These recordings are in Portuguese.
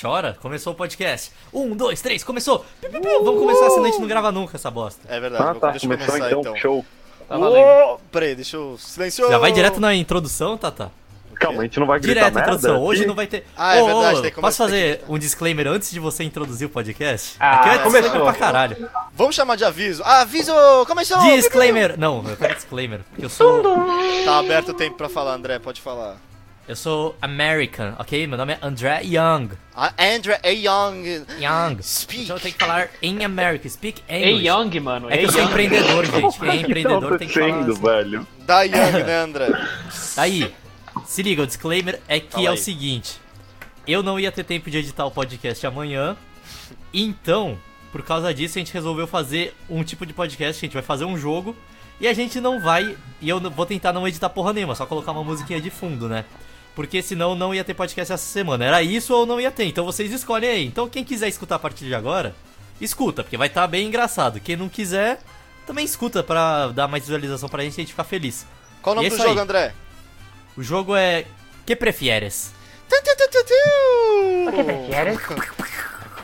Chora, começou o podcast. Um, dois, três, começou! Piu, piu, piu. Vamos começar, senão a gente não grava nunca essa bosta. É verdade, Ah, vou- tá. deixa eu Começou começar então. então. Show. Tá valendo. Ô, Peraí, deixa eu. Silenciou! Já vai direto na introdução, Tata? Calma, a gente não vai gritar Direto, nada. introdução. Hoje aqui? não vai ter. Ah, é verdade, tem que posso começar fazer um disclaimer antes de você introduzir o podcast? Ah, Aqui é disclaimer começou. pra caralho. Vamos chamar de aviso. Ah, aviso! Começou! Disclaimer! Não, eu quero disclaimer, porque eu sou. Tá aberto o tempo pra falar, André, pode falar. Eu sou American, ok? Meu nome é André Young. Ah, André A. Young. Young. Speak. Então eu tenho que falar em American. Speak Ei, English. Young, mano. É que Ei, eu sou Young. empreendedor, gente. Quem é Então empreendedor tá tem que falar. acontecendo, assim. velho? Da Young, né, André? Tá Aí, se liga, o disclaimer é que Fala é o aí. seguinte: eu não ia ter tempo de editar o podcast amanhã, então, por causa disso, a gente resolveu fazer um tipo de podcast, a gente vai fazer um jogo, e a gente não vai, e eu não- vou tentar não editar porra nenhuma, só colocar uma musiquinha de fundo, né? Porque senão não ia ter podcast essa semana. Era isso ou não ia ter. Então vocês escolhem aí. Então quem quiser escutar a partir de agora, escuta, porque vai estar bem engraçado. Quem não quiser, também escuta pra dar mais visualização pra gente e a gente ficar feliz. Qual o nome E é do isso aí? jogo, André? O jogo é Que Prefieres? Tu, tu, tu, tu, tu.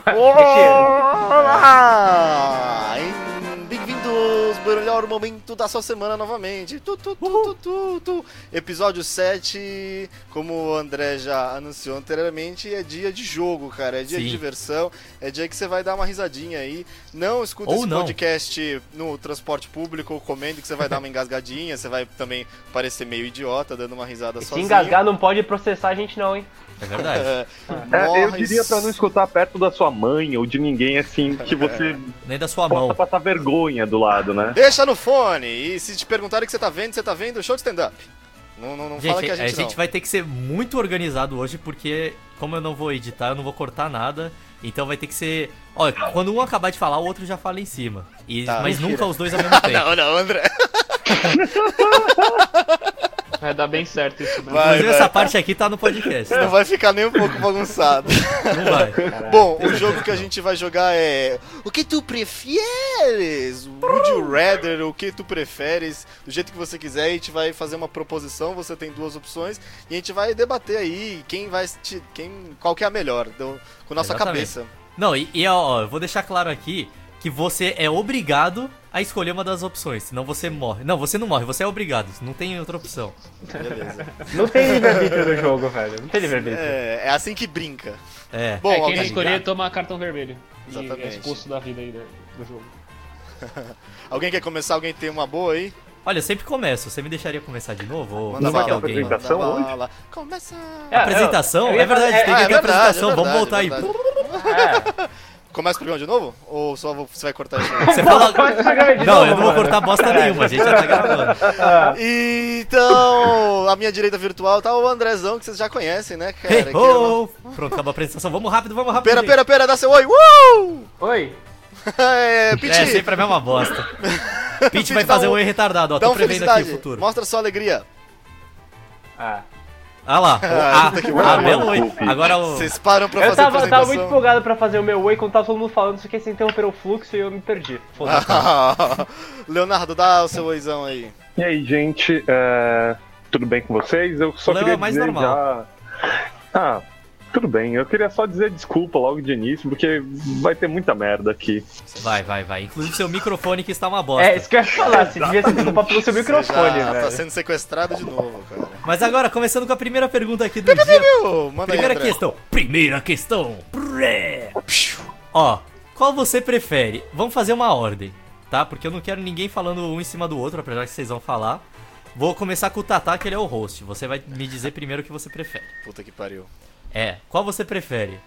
Mentira. Olá! E Bem-vindos para o melhor momento da sua semana novamente. Tu, tu, tu, tu, tu, tu. Episódio 7, como o André já anunciou anteriormente, é dia de jogo, cara. É dia Sim. de diversão. É dia que você vai dar uma risadinha aí. Não escuta Ou esse não. podcast no transporte público ou comendo, que você vai dar uma engasgadinha. Você vai também parecer meio idiota dando uma risada Se sozinho. engasgar, não pode processar a gente, não, hein? É verdade. É, É, eu morre- diria pra não escutar perto da sua mãe ou de ninguém assim É. que você Nem da sua possa mão. passar vergonha do lado, né? Deixa no fone! E se te perguntarem o que você tá vendo, você tá vendo show de stand-up. Não, não, não fala Gente, que a gente, não. vai ter que ser muito organizado hoje, porque como eu não vou editar, eu não vou cortar nada. Então vai ter que ser. Olha, quando um acabar de falar, o outro já fala em cima. E- Tá, mas mentira. nunca os dois ao mesmo tempo. Não, não, André. Vai dar bem certo isso, mesmo. Vai. Inclusive, essa parte aqui tá no podcast. Não vai ficar nem um pouco bagunçado. Não vai. Bom, o jogo que a gente vai jogar é. O que tu prefieres? Would you rather? O que tu preferes? Do jeito que você quiser, a gente vai fazer uma proposição, você tem duas opções, e a gente vai debater aí quem vai. Te, quem, qual que é a melhor, do- com nossa Exatamente. cabeça. Não, e, e, ó, eu vou deixar claro aqui que você é obrigado a escolher uma das opções, senão você morre. Não, você não morre, você é obrigado, não tem outra opção. Beleza. Não tem livre-arbítrio no jogo, velho. Não tem livre-arbítrio. É, é assim que brinca. É. Bom, É, quem não alguém, escolher toma cartão vermelho. E é Exatamente. expulso da vida aí do, do jogo. alguém quer começar? Alguém tem uma boa aí? Olha, eu sempre começo. Você me deixaria começar de novo? Ou Não você vai quer ter alguém? apresentação. hoje? bala. Começa. É, Apresentação? eu- eu ia É verdade, fazer- tem Ah, que é ter verdade, apresentação. é Vamos verdade, voltar é aí. verdade. Começa o programa de novo? Ou só vou- você vai cortar isso? Você fala. É. Não, eu não vou cortar bosta nenhuma, a gente já tá gravando. Tá. Então, à minha direita virtual tá o Andrezão, que vocês já conhecem, né, cara? Hey, Que ele é uma- ho! Pronto, acabou a apresentação. Vamos rápido, vamos rápido. Pera, gente. pera, pera, dá seu oi. Uh! Oi. É, É, Piti, sempre a mesma bosta. Pete vai dá fazer um- um erro retardado, ó. dá Tô uma prevendo aqui o felicidade. futuro. Mostra sua alegria. Ah. Ah lá. Ah, puta que ah, pariu. belo oi. Agora o. Vocês param pra Eu fazer tava, eu tava muito apresentação. empolgado pra fazer o meu Oi quando tava todo mundo falando, só que você interrompeu o fluxo e eu me perdi. Ah, Foda-se. Leonardo, dá o seu oizão aí. E aí, gente, é, tudo bem com vocês? Eu só Não, queria é mais dizer normal. já. Ah, tudo bem. Eu queria só dizer desculpa logo de início, porque vai ter muita merda aqui. Vai, vai, vai. Inclusive seu microfone que está uma É, bosta. isso que eu ia falar, você devia se desculpar pelo seu microfone, já tá velho. sendo sequestrado de novo, cara. Mas agora, começando com a primeira pergunta aqui do dia. Ô, manda aí, Primeira André. questão. Primeira questão. Pré. Ó, qual você prefere? Vamos fazer uma ordem, tá? Porque eu não quero ninguém falando um em cima do outro, apesar que vocês vão falar. Vou começar com o Tatá, que ele é o host. Você vai me dizer primeiro o que você prefere. Puta que pariu. É, qual você prefere?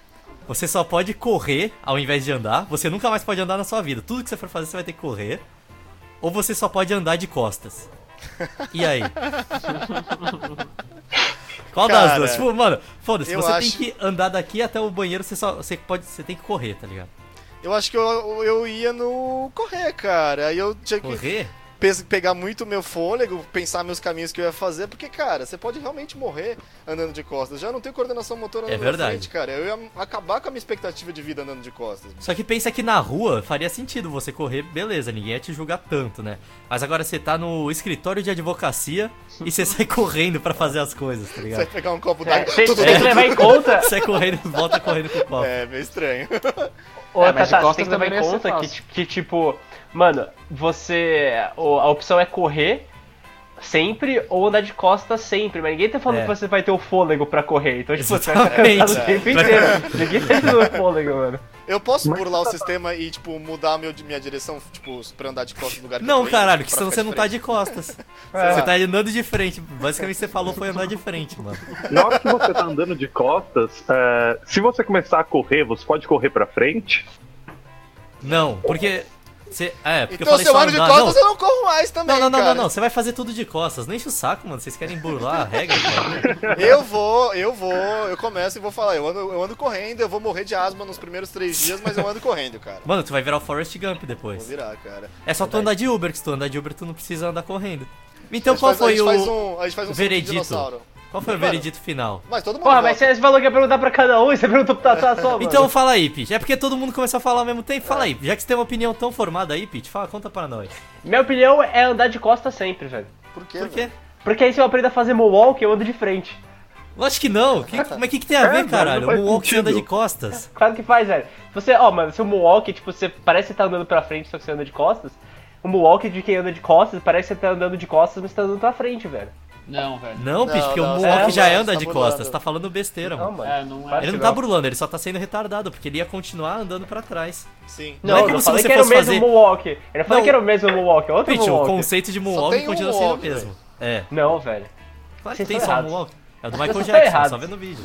Você só pode correr ao invés de andar. Você nunca mais pode andar na sua vida. Tudo que você for fazer, você vai ter que correr. Ou você só pode andar de costas. E aí? Qual das Cara, duas? Tipo, mano, foda-se. eu Você acho- tem que andar daqui até o banheiro. Você só, você pode, você tem que correr, tá ligado? Eu acho que eu, eu ia no correr, cara. Aí eu tinha que. Correr? pe- pegar muito meu fôlego, pensar meus caminhos que eu ia fazer, porque, cara, você pode realmente morrer andando de costas. Já não tenho coordenação motora É andando na verdade. frente, cara. Eu ia acabar com a minha expectativa de vida andando de costas. Só que pensa que na rua faria sentido você correr, beleza, ninguém ia te julgar tanto, né? Mas agora você tá no escritório de advocacia e você sai correndo pra fazer as coisas, tá Você vai ligado? pegar um copo É, d'água. tem, tem que levar em conta. Sai correndo, volta correndo pro copo. É, meio estranho. Ô, É, mas de Tata, você costas tem que levar também em não ia ser conta que, fácil. ti- que, tipo, mano, você. o- A opção é correr sempre ou andar de costas sempre, mas ninguém tá falando É. que você vai ter o fôlego pra correr. Então, tipo, você vai Exatamente. cansado o tempo inteiro. Ninguém tá tendo o fôlego, mano. Eu posso burlar o sistema e, tipo, mudar meu, minha direção, tipo, pra andar de costas no lugar que eu Não, tô indo, caralho, que pra senão você ficar de não tá frente. de costas. É. Você tá andando de frente. Basicamente o que você falou foi andar de frente, mano. Na hora que você tá andando de costas, é, se você começar a correr, você pode correr pra frente? Não, porque. Você, é, porque Então, eu falei se eu só ando de andar. costas, não. eu não corro mais também, Não, não, não, cara. não, não, você vai fazer tudo de costas. Não enche o saco, mano. Vocês querem burlar a regra, cara. Eu vou, eu vou, eu começo e vou falar, eu ando, eu ando correndo, eu vou morrer de asma nos primeiros três dias, mas eu ando correndo, cara. Mano, tu vai virar o Forrest Gump Vou depois. virar, cara. É só tu andar de Uber, que se tu andar de Uber, tu não precisa andar correndo. Então A gente qual faz- a foi gente o. faz um, a gente faz um suco de veredito? dinossauro. Qual foi o Mano. veredito final? Mas todo mundo Porra, vota. mas você falou que ia perguntar pra cada um e você perguntou pro Tatá só, mano. Então fala aí, Pete. É porque todo mundo começou a falar ao mesmo tempo. É. Fala aí. Já que você tem uma opinião tão formada aí, Pete, fala, conta pra nós. Minha opinião é andar de costas sempre, velho. Por quê? Por velho? quê? Porque aí se eu aprendo a fazer moonwalk, eu ando de frente. Lógico que não. Que, mas o que, que tem a É, ver, mano, caralho? não faz Um walk você anda de sentido. costas. Claro que faz, velho. Você, ó, mano, se o moonwalk, tipo, você parece que tá andando pra frente, só que você anda de costas. O moonwalk de quem anda de costas, parece que você tá andando de costas, mas você tá andando pra frente, velho. Não, velho. Não, Não, Pete, porque não, o você Moonwalk tá já burlando, anda você tá de burlando. costas, tá falando besteira, Não, mano. mano. É, não Para é. Ele não Não. tá burlando, ele só tá sendo retardado, porque ele ia continuar andando pra trás. Sim. Não é como eu se falei você que era o fosse mesmo fazer- moonwalk. Eu não falei Não. que era o mesmo moonwalk, é outro Pete, o moonwalk. conceito de Moonwalk tem um continua sendo o Moonwalk, mesmo. É, Não, velho. claro que Vocês tem só estão um errados. Moonwalk. É o do Michael Vocês estão Jackson, só errados. vê no vídeo.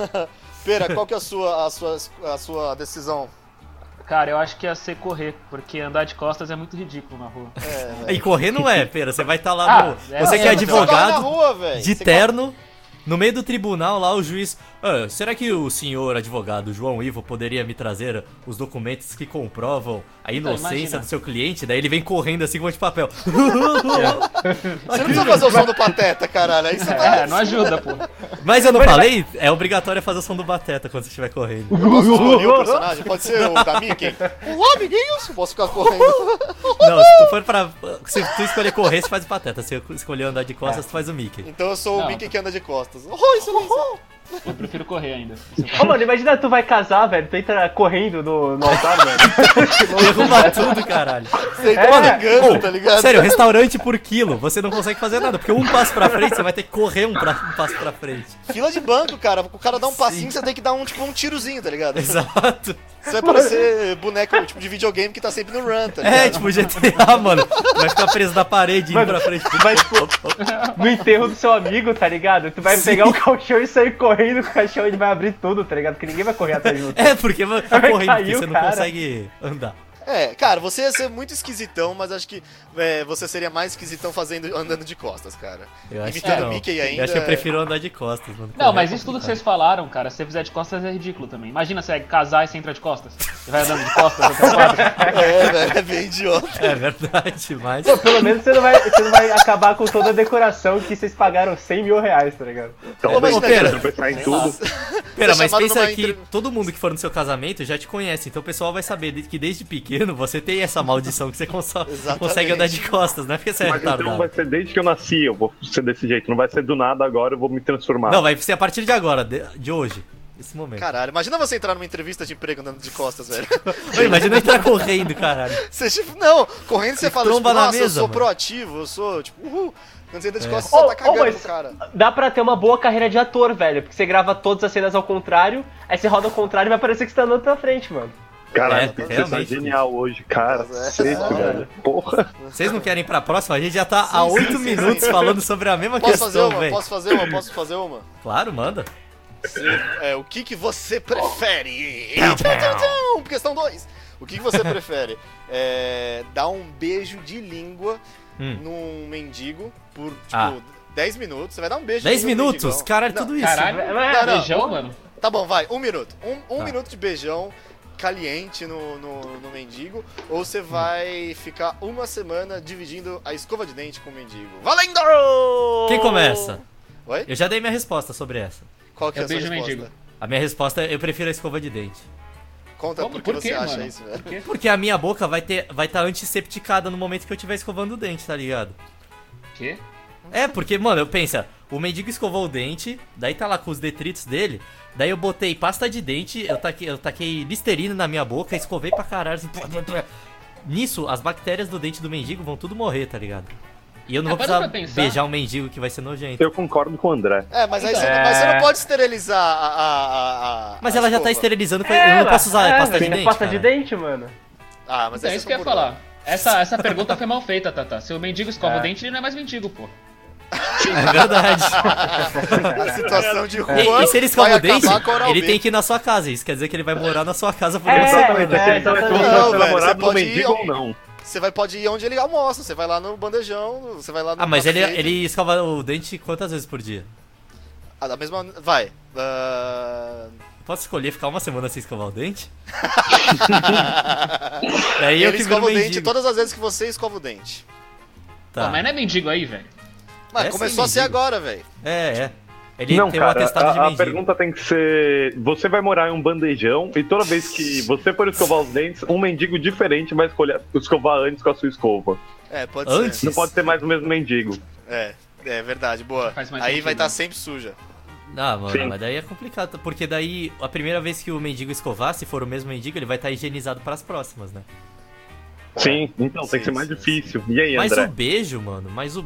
Pera, qual que é a sua, a sua, a sua decisão? Cara, eu acho que ia ser correr, porque andar de costas é muito ridículo na rua. É, E correr não é, pera, você vai estar lá no. Ah, é, Você que é é, Você corre na advogado, rua, velho. de Você terno, no meio do tribunal lá, o juiz. "Ah, será que o senhor advogado João Ivo poderia me trazer os documentos que comprovam a Então, inocência imagina. do seu cliente? Daí ele vem correndo assim com um monte de papel. É. Você não precisa fazer o som do pateta, caralho. Aí você vai. É, não ajuda, pô. Mas eu não falei? É obrigatório fazer o som do Bateta quando você estiver correndo. Posso escolher o personagem? Pode ser o da Mickey? Olá, amiguinhos! Posso ficar correndo? Não, se tu for pra. Se tu escolher correr, você faz o Pateta. Se eu escolher andar de costas, tu faz o Mickey. Então eu sou o Não. Mickey que anda de costas. Oh, isso não Eu prefiro correr ainda. Ô, mano, imagina tu vai casar, velho, tu entra correndo no, no altar, velho. Derruba tudo, caralho. Você tá ligando, tá ligado? É. Sério, restaurante por quilo, você não consegue fazer nada, porque um passo pra frente, você vai ter que correr um, pra- um passo pra frente. Fila de banco, cara. O cara dá um passinho, você tem que dar um, tipo, um tirozinho, tá ligado? Exato. Você vai parecer boneco tipo, de videogame que tá sempre no run, tá ligado? É, tipo GTA, mano. Vai ficar preso na parede indo pra frente. Vai, tipo, no enterro do seu amigo, tá ligado? Tu vai pegar o caixão e sair correndo com o caixão e ele vai abrir tudo, tá ligado? Porque ninguém vai correr atrás de você. É, porque vai ficar Vai correndo, cair porque o você não cara. consegue andar. É, cara, você ia ser muito esquisitão, mas acho que é, você seria mais esquisitão fazendo, andando de costas, cara. Eu acho que Imitando não. Mickey ainda Eu acho que eu é- prefiro andar de costas, mano. Não, Correr mas é isso tudo que complicado. vocês falaram, cara, se você fizer de costas é ridículo também. Imagina você casar e você entra de costas. Você vai andando de costas até o quarto. É, velho, é bem idiota. É verdade, mas. Pelo menos você não, vai, você não vai acabar com toda a decoração que vocês pagaram 100 mil reais, tá ligado? Então, Ô, mas se pera. você tropeçar em tudo. Pera, mas Ser é chamado pensa numa que entrev- todo mundo que for no seu casamento já te conhece, então o pessoal vai saber de- que desde pequeno você tem essa maldição que você conso- Exatamente. consegue andar de costas, não é porque você é Mas então retardado. vai ser desde que eu nasci, eu vou ser desse jeito. Não vai ser do nada agora, eu vou me transformar. Não, vai ser a partir de agora, de, de hoje, esse momento. Caralho, imagina você entrar numa entrevista de emprego andando de costas, velho. Ô, Imagina eu entrar correndo, caralho. Você, tipo, não, correndo você fala, tipo, tromba na nossa, eu mesa, sou mano." É. proativo, eu sou, tipo, uhul. Quando você anda de costas, Ô, você tá ô, cagando mas- pro cara. Dá pra ter uma boa carreira de ator, velho, porque você grava todas as cenas ao contrário, aí você roda ao contrário e vai parecer que você tá andando pra frente, mano. É, Caralho, você tá realmente. genial hoje, cara. Mas é. Cacete, Ah, velho. Porra. Vocês não querem ir pra próxima? A gente já tá há sim, oito sim, minutos sim. falando sobre a mesma Posso fazer questão, uma? velho. Posso fazer uma? Posso fazer uma? Claro, manda. Se- é, o que que você prefere? Tum, tum, tum, Questão 2. O que que você prefere? É, dar um beijo de língua Hum. num mendigo por, Ah. tipo, 10 minutos. Você vai dar um beijo de 10 língua num minutos? mendigão. Caralho, Não, tudo isso. Caralho, Não, não. beijão, é, mano. Tá bom, vai. Um minuto. Um, um Tá. minuto de beijão. caliente no, no, no mendigo, ou Hum. você vai ficar uma semana dividindo a escova de dente com o mendigo. Valendo! Quem começa? Oi? Eu já dei minha resposta sobre essa. Qual que é Eu a sua beijo o resposta? mendigo. A minha resposta é eu prefiro a escova de dente. Conta por Como? que Então, Por você quê, acha mano? isso, velho. Por quê? Porque a minha boca vai ter vai estar antisepticada no momento que eu estiver escovando o dente, tá ligado? Quê? É, porque, mano, eu pensa, o mendigo escovou o dente, daí tá lá com os detritos dele, daí eu botei pasta de dente, eu taquei, eu taquei listerina na minha boca, escovei pra caralho. assim, plá, plá, plá. Nisso, as bactérias do dente do mendigo vão tudo morrer, tá ligado? E eu não É, vou para precisar pra pensar. beijar um mendigo que vai ser nojento. Eu concordo com o André. É, mas aí Então. você, não, mas você não pode esterilizar a. a- a- a- Mas a ela já tá escova. esterilizando, com- eu não posso usar é, pasta de velho, dente. Pasta cara. de dente, mano. Ah, mas Então, aí você é isso que eu ia concordou. falar. Essa, essa pergunta foi mal feita, Tata. Se o mendigo escova É. o dente, ele não é mais mendigo, pô. É verdade. A situação É. de Juan E, e se ele escova É. vai o dente, acabar com a Oral ele B. tem que ir na sua casa. Isso quer dizer que ele vai morar na sua casa por É, isso. Exatamente, a é, questão é se exatamente. você vai Não, velho, ser você namorado do pode ir mendigo ao- ou não. Você vai, pode ir onde ele almoça, você vai lá no bandejão, você vai lá no. Ah, mas ele, café. ele escova o dente quantas vezes por dia? Ah, da mesma. Vai. Ah, Posso escolher ficar uma semana sem escovar o dente? Daí eu ele que viro escova o dente né? mendigo. todas as vezes que você escova o dente. Tá. Pô, mas não é mendigo aí, velho. É Mas sim, começou a ser mendigo. agora, velho. É, é. Ele não, tem um cara, atestado de a, a mendigo. pergunta tem que ser: você vai morar em um bandejão e toda vez que você for escovar os dentes, um mendigo diferente vai escolher escovar antes com a sua escova. É, pode Antes? ser. Não pode ser mais o mesmo mendigo. É, é verdade, boa. Faz mais Aí sentido, vai estar né? sempre suja. Ah, mano, Sim. mas daí é complicado. Porque daí, a primeira vez que o mendigo escovar, se for o mesmo mendigo, ele vai estar higienizado pras próximas, né? Sim, então tem que Sim, ser mais sim, difícil. E aí, Mas André? o beijo, mano, mas o...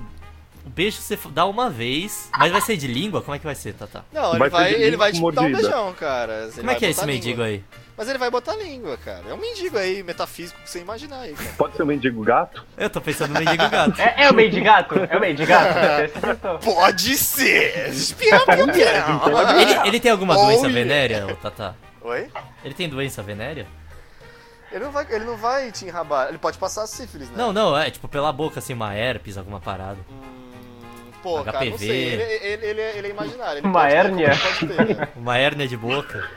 O beijo você f- dá uma vez, mas vai ser de língua? Como é que vai ser, Tata? Não, ele Vai ter vai, de ele vai te língua dar um mordida. beijão, cara. Ele Como é vai que é botar esse a mendigo língua. aí? Mas ele vai botar a língua, cara. É um mendigo aí, metafísico, que você imaginar aí, um. cara. Pode ser o mendigo gato? Eu tô pensando no mendigo gato. É, é o mendigato? É o mendigato? Essa é a questão. Pode ser! Espião, pião, pião. Ele, ele tem alguma Oh, doença yeah. venérea, ô Tata? Oi? Ele tem doença venérea? Ele não, vai, ele não vai te enrabar. Ele pode passar sífilis, né? Não, não, é tipo pela boca, assim, uma herpes, alguma parada. Hum, Pô, cara, não HPV. sei. Ele, ele, ele, é- ele é imaginário. Ele Uma pode ter, hérnia. Pode ter, né? Uma hérnia de boca.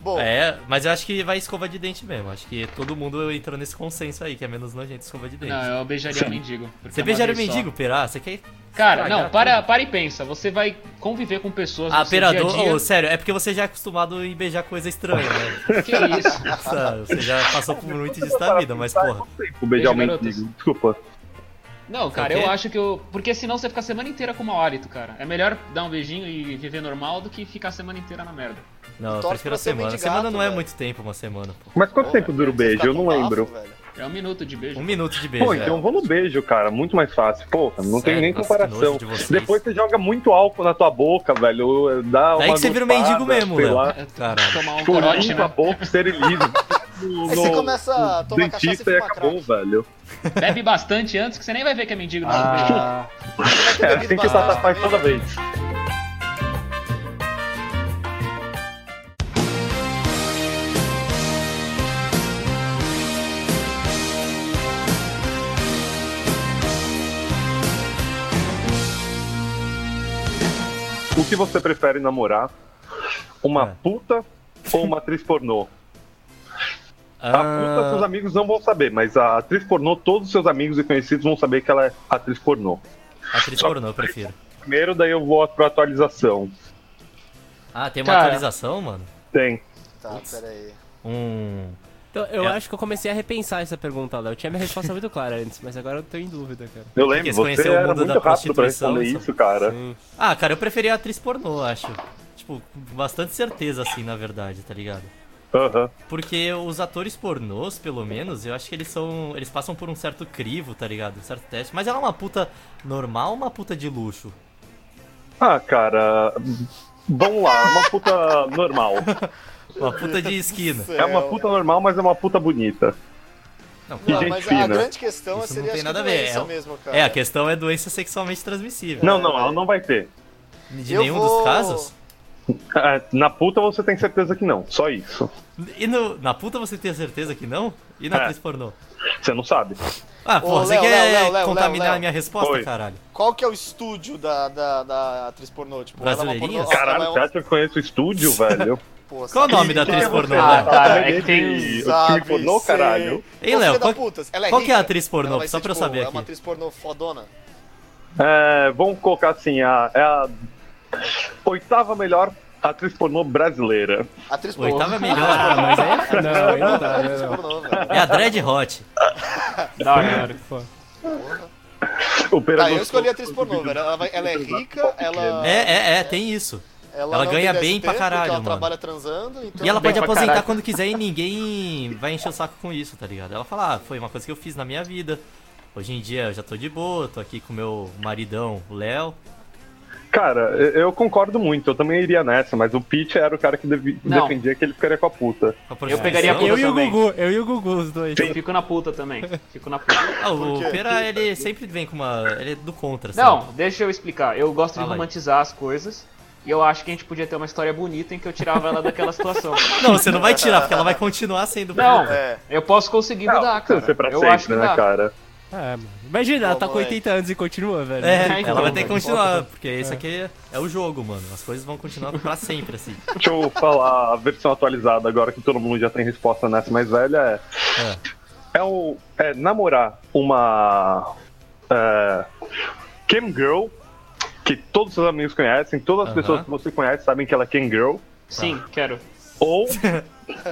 Bom, É, mas eu acho que vai escova de dente mesmo. Acho que todo mundo entrou nesse consenso aí, que é menos nojento escova de dente. Não, eu beijaria o Ah, mendigo. porque é Você uma beijaria o vez só. mendigo, Perá? Você quer. Cara, Estragar não, para, para e pensa. Você vai conviver com pessoas Ah, no seu dia a Perador, dia. ô, sério, é porque você já é acostumado em beijar coisa estranha, né? Que isso? Sabe, você já passou por muito disso na vida, mas porra. O beijar o Beijo, mendigo. Desculpa. Não, Sabe cara, o quê? eu acho que eu. Porque senão você fica a semana inteira com mau hálito, cara. É melhor dar um beijinho e viver normal do que ficar a semana inteira na merda. Não, eu Torce prefiro a pra ser semana. mendigato, semana não é velho. muito tempo, uma semana, pô. Mas quanto Pô, tempo dura o você tá beijo? ficar Eu não com lembro. bafo, velho. É um minuto de beijo. Um minuto de beijo. Pô, é. então vou no beijo, cara. Muito mais fácil. Porra, não tem Sério, nem nossa, comparação. que nojo de vocês. Depois você joga muito álcool na tua boca, velho. Dá Daí uma que você vira um gostada, mendigo mesmo, sei Léo. lá. É, Caralho. Tomar um Pô, corote, limpa a né? boca, esteriliza. No, Aí você no- começa a no tomar cachaça e dentista é e fumar acabou, crack. velho. né? Bebe bastante antes que você nem vai ver que é mendigo na hora do beijo. Ah, Você vai ter É bebido assim que o bastante Tata faz também, toda né? vez. O que você prefere namorar? Uma É. puta ou uma atriz pornô? A puta, Ah, seus amigos não vão saber, mas a atriz pornô, todos os seus amigos e conhecidos vão saber que ela é atriz pornô. atriz pornô, eu prefiro. Primeiro, daí eu vou pra atualização. Ah, tem uma Cara. atualização, mano? Tem. Tá, peraí. Um. Então, eu É. acho que eu comecei a repensar essa pergunta, Léo. Eu tinha minha resposta muito clara antes, mas agora eu tô em dúvida, cara. Eu lembro, eles você conheceram o era mundo muito da rápido pra prostituição, responder só- isso, cara. Sim. Ah, cara, eu preferia a atriz pornô, acho. Tipo, com bastante certeza, assim, na verdade, tá ligado? Aham. Porque os atores pornôs, pelo menos, eu acho que eles são. Eles passam por um certo crivo, tá ligado? Um certo teste. Mas ela é uma puta normal ou uma puta de luxo? Ah, cara. Vamos lá, é uma puta normal. Uma puta de esquina. É uma puta normal, mas é uma puta bonita. Não, E Não, claro. gente mas a fina. grande questão Isso não seria tem acho que, nada a ver, doença é o- mesmo, cara. É, a questão é doença sexualmente transmissível. Não, não, ela não vai ter. De Eu nenhum vou- dos casos. Ah, Na puta você tem certeza que não, só isso. E no- na puta você tem certeza que não? E na É. atriz pornô? Você não sabe. Ah, Ô, porra, você Léo, quer Léo, Léo, Léo, contaminar Léo. a minha resposta, Oi. caralho? Qual que é o estúdio da, da, da atriz pornô? Tipo, ela é uma Brasileirinhas? pornô- Caralho, ela é você uma- acha que eu conheço o estúdio, velho? porra. Qual é o sabe? nome da atriz pornô, Ah, Léo? tá, Caralho, é que tem... esse- Sabe, filme pornô, sei. tipo, caralho. Ei, Ô, Léo, filha qual- da puta, ela é qual que é rica. a atriz pornô? Ela vai ser, Só pra eu tipo, saber É uma aqui. atriz pornô fodona. É, vamos colocar assim, a, é a oitava melhor atriz pornô brasileira. Atriz pornô. é Oitava é Ah, melhor. mas aí... Não, aí não dá, Atriz né, não. é pornô, velho. Tá, É a Dread Hot. Da hora, da hora. Pô. Operador Tá, eu escolhi a atriz pornô, velho. Ela, vai- ela é rica, ela. É, é, é, tem isso. ela não ganha tem bem pra DST, porque caralho, Ela mano. trabalha transando, então. E ela Bem pode pra aposentar caralho. quando quiser e ninguém vai encher o saco com isso, tá ligado? Ela fala, ah, foi uma coisa que eu fiz na minha vida. Hoje em dia eu já tô de boa, tô aqui com meu maridão, o Léo. Cara, eu eu concordo muito, eu também iria nessa, mas o Pete era o cara que devi- Não. defendia que ele ficaria com a puta. com a prostituição. pegaria a Eu e o Também. Gugu, eu e o Gugu, os dois. Eu fico na puta também. Fico na puta. Ah, o Por quê? Pera, ele sempre vem com uma... Ele é do contra, assim. Não, deixa eu explicar. Eu gosto de Fala aí. romantizar as coisas. E eu acho que a gente podia ter uma história bonita em que eu tirava ela daquela situação. Não, você não vai tirar, porque ela vai continuar sendo... Não, É. eu posso conseguir Não, mudar, cara. isso é pra eu sempre, acho que né, dá. cara? Ah, mano. Imagina, ela tá com Vamos lá, 80 anos e continua, velho. É, É, então, ela vai ter que velho. continuar, porque isso aqui é o jogo, mano. As coisas vão continuar pra sempre, assim. Deixa eu falar a versão atualizada agora que todo mundo já tem resposta nessa mais velha. É, é, o, é namorar uma é, Cam Girl, que todos os seus amigos conhecem, todas as Aham. pessoas que você conhece sabem que ela é Cam Girl. Sim, quero. Ou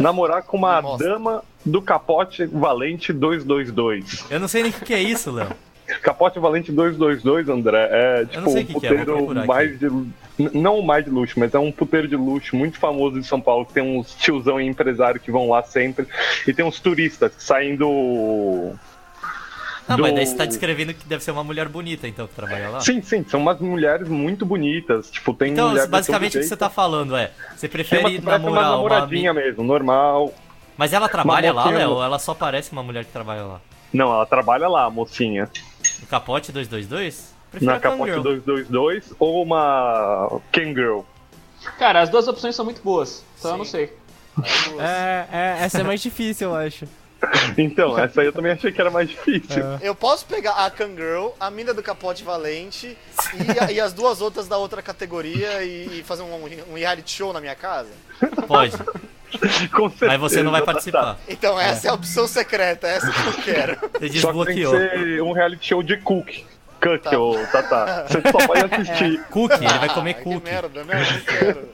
namorar com uma Me mostra. dama do Capote Valente 222. Eu não sei nem o que que é isso, Léo. Capote Valente 222, André, é Eu tipo não sei um o que que é, vou puteiro procurar aqui. mais de. lu- n- Não o mais de luxo, mas é um puteiro de luxo muito famoso de São Paulo. que Tem uns tiozão e empresário que vão lá sempre. E tem uns turistas que saem do. Ah, do- mas daí você tá descrevendo que deve ser uma mulher bonita, então, que trabalha lá. Sim, sim, são umas mulheres muito bonitas. Tipo, tem Então, mulher de basicamente o todo que você jeito. tá falando é, você Tem uma prefere que parece uma namorar uma... namoradinha mesmo, normal. mi- Mas ela trabalha lá, mocinha. Léo? Ou ela só parece uma mulher que trabalha lá? Não, ela trabalha lá, a mocinha. No Capote 222? Prefiro Na a Cam Capote Girl. 222 ou uma Ken Girl. Cara, as duas opções são muito boas. Então eu não Sim. sei. É, é, essa é mais difícil, eu acho. Então, essa aí eu também achei que era mais difícil. É. Eu posso pegar a Kangirl, a mina do capote valente e, a- e as duas outras da outra categoria e, e fazer um, um reality show na minha casa? Pode, Com certeza. mas você não tá. vai participar. Então essa é, a opção secreta, essa que eu quero. Você Só que tem que desbloqueou. ser um reality show de cook. Cook, Tá. ô Tata. Você só vai assistir. Cookie, ele vai Ah, comer que cookie. merda, não, eu não quero.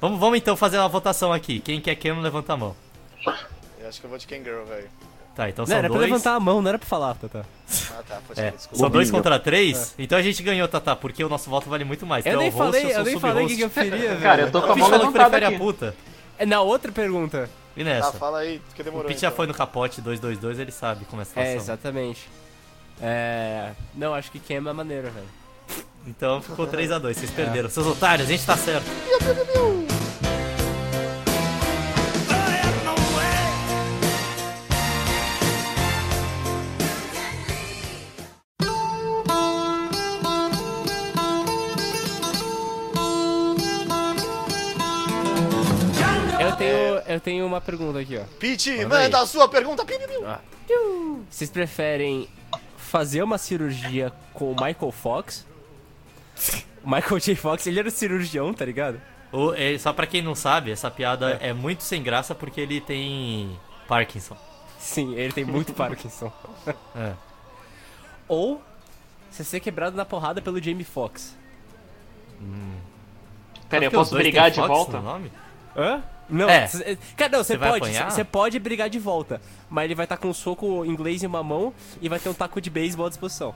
Vamos, vamos então fazer uma votação aqui. Quem quer quem não levanta a mão. Eu acho que eu vou de Kangirl, velho. Tá, então Não, são era pra dois. levantar a mão, não era pra falar, Tata. Ah tá, pode É, ser, desculpa. são dois Bobinho. contra três. Então a gente ganhou, Tata, porque o nosso voto vale muito mais. Tu É. Eu é nem o host, falei, sou eu nem sub-host. falei o que que eu queria, velho. Cara, eu tô com O a Pitch mão falou que levantada prefere aqui. a puta. É, Na outra pergunta. E Tá, nessa? fala aí, porque O demorou. Pete já então. foi no capote 222, ele sabe como é a situação. É, exatamente. É. Não, acho que queima é maneiro, velho. Então ficou Uhum. 3x2, É. vocês perderam. Seus otários, a gente tá certo. É. Eu tenho, eu tenho uma pergunta aqui, ó. Pete, Manda aí. Ah, manda a sua pergunta. Piu, piu, piu. Vocês preferem fazer uma cirurgia com o Michael Fox? O Michael J. Fox, ele era cirurgião, tá ligado? O- é, só pra quem não sabe, essa piada é. muito sem graça porque ele tem Parkinson. Sim, ele tem muito Parkinson. É. Ou você ser quebrado na porrada pelo Jamie Fox. Pera, Porque eu é os posso dois brigar têm de Fox volta? no nome? Hã? Não, É. cê- cara, não, você vai pode, apanhar? você pode brigar de volta, mas ele vai estar com um soco inglês em uma mão e vai ter um taco de beisebol à disposição.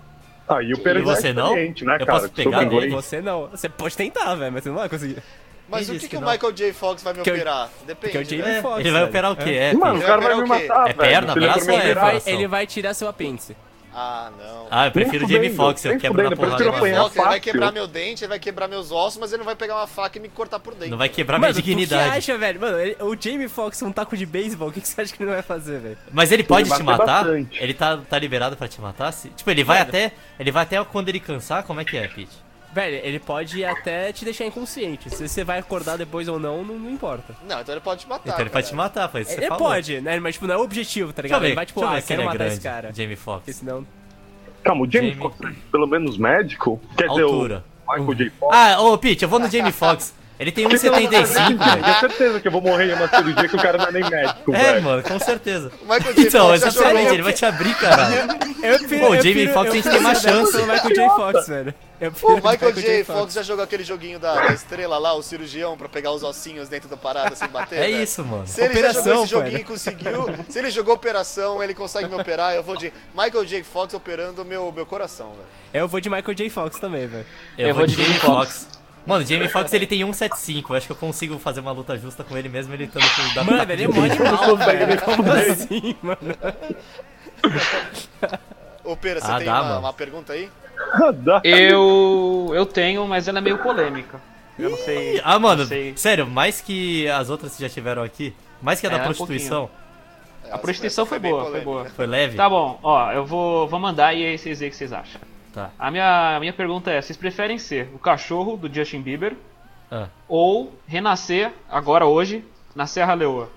Aí o Pedro E você é não? experiente, né, Eu cara? posso pegar Super dele? inglês. Você não, você pode tentar, velho, mas você não vai conseguir. Mas Quem o disse que, que que o não? Michael J. Fox vai me Que é o- operar? Depende. que é o Jamie né? Fox, ele vai velho. operar o quê? É, Mano, o tem- cara vai Ele me vai operar o matar, quê? É velho. perna, Se ele braço for me ou é? Ele operar, vai, coração. ele vai tirar seu apêndice. Ah, não. Ah, eu prefiro Nem Jamie fudendo, Fox, eu nem quebro na fudendo, eu porrada. prefiro mesmo. Jamie apanhar Fox, ele vai fácil. quebrar meu dente, ele vai quebrar meus ossos, mas ele não vai pegar uma faca e me cortar por dentro. Não vai quebrar Mano, minha tu que dignidade. acha, velho? Mano, ele- o Jamie Fox com um taco de beisebol, o que, que você acha que ele vai fazer, velho? Mas ele pode vai te bater matar? bastante. Ele tá, tá liberado pra te matar? Se- Tipo, ele vai até. Ele vai até quando ele cansar? Como é que é, Pete? Velho, ele pode até te deixar inconsciente. Se você vai acordar depois ou não, não, não importa. Não, então ele pode te matar. Então ele pode te cara. matar, foi isso que você Ah, ele falou. pode, né? Mas tipo, não é o objetivo, tá Deixa eu ligado? ver, ele vai tipo, deixa eu ver ah, se quero ele é matar grande, esse cara. Jamie Porque Fox. senão. Calma, o Jamie Jamie. é Fox, pelo menos médico? Quer dizer, o Altura. Michael J. Fox? Ah, ô Pete, eu vou no Jamie Foxx. Ele tem que eu vou fazer 1,75. isso, gente? Eu tenho certeza que eu vou morrer em uma cirurgia que o cara não é nem médico, É, velho. mano, com certeza. Michael J. Então, Fox já exatamente, chorou. ele vai te abrir, caralho. Eu prefiro, Pô, o eu Jamie prefiro- Fox eu tem que ter mais prefiro chance. pelo Michael J. Fox, velho. Eu prefiro O Michael J. Fox. Fox já jogou aquele joguinho da, da estrela lá, o cirurgião, pra pegar os ossinhos dentro da parada sem bater. É né? isso, mano. Se ele já jogou Operação, esse joguinho e velho. conseguiu, se ele jogou operação, ele consegue me operar, eu vou de Michael J. Fox operando meu, meu coração, velho. Eu vou de Michael J. Fox também, velho. Eu, vou de Jamie Fox. Mano, o Jamie Fox ele tem 1,75. Eu acho que eu consigo fazer uma luta justa com ele mesmo ele estando com o da Mano, ele é mó animal, velho. Como assim, mano? Opera, você Ah, tem dá, uma, mano. uma pergunta aí? Dá. Eu. Eu tenho, mas ela é meio polêmica. Eu não sei. Ah, mano, não sei. sério, mais que as outras que já tiveram aqui, mais que a da É, um prostituição, Essa- prostituição essa foi bem boa, foi polêmica. boa. foi leve. Tá bom, ó, eu vou, vou mandar e aí vocês veem o que vocês acham. Tá. A minha, a minha pergunta é: vocês preferem ser o cachorro do Justin Bieber Ah. ou renascer agora hoje na Serra Leoa?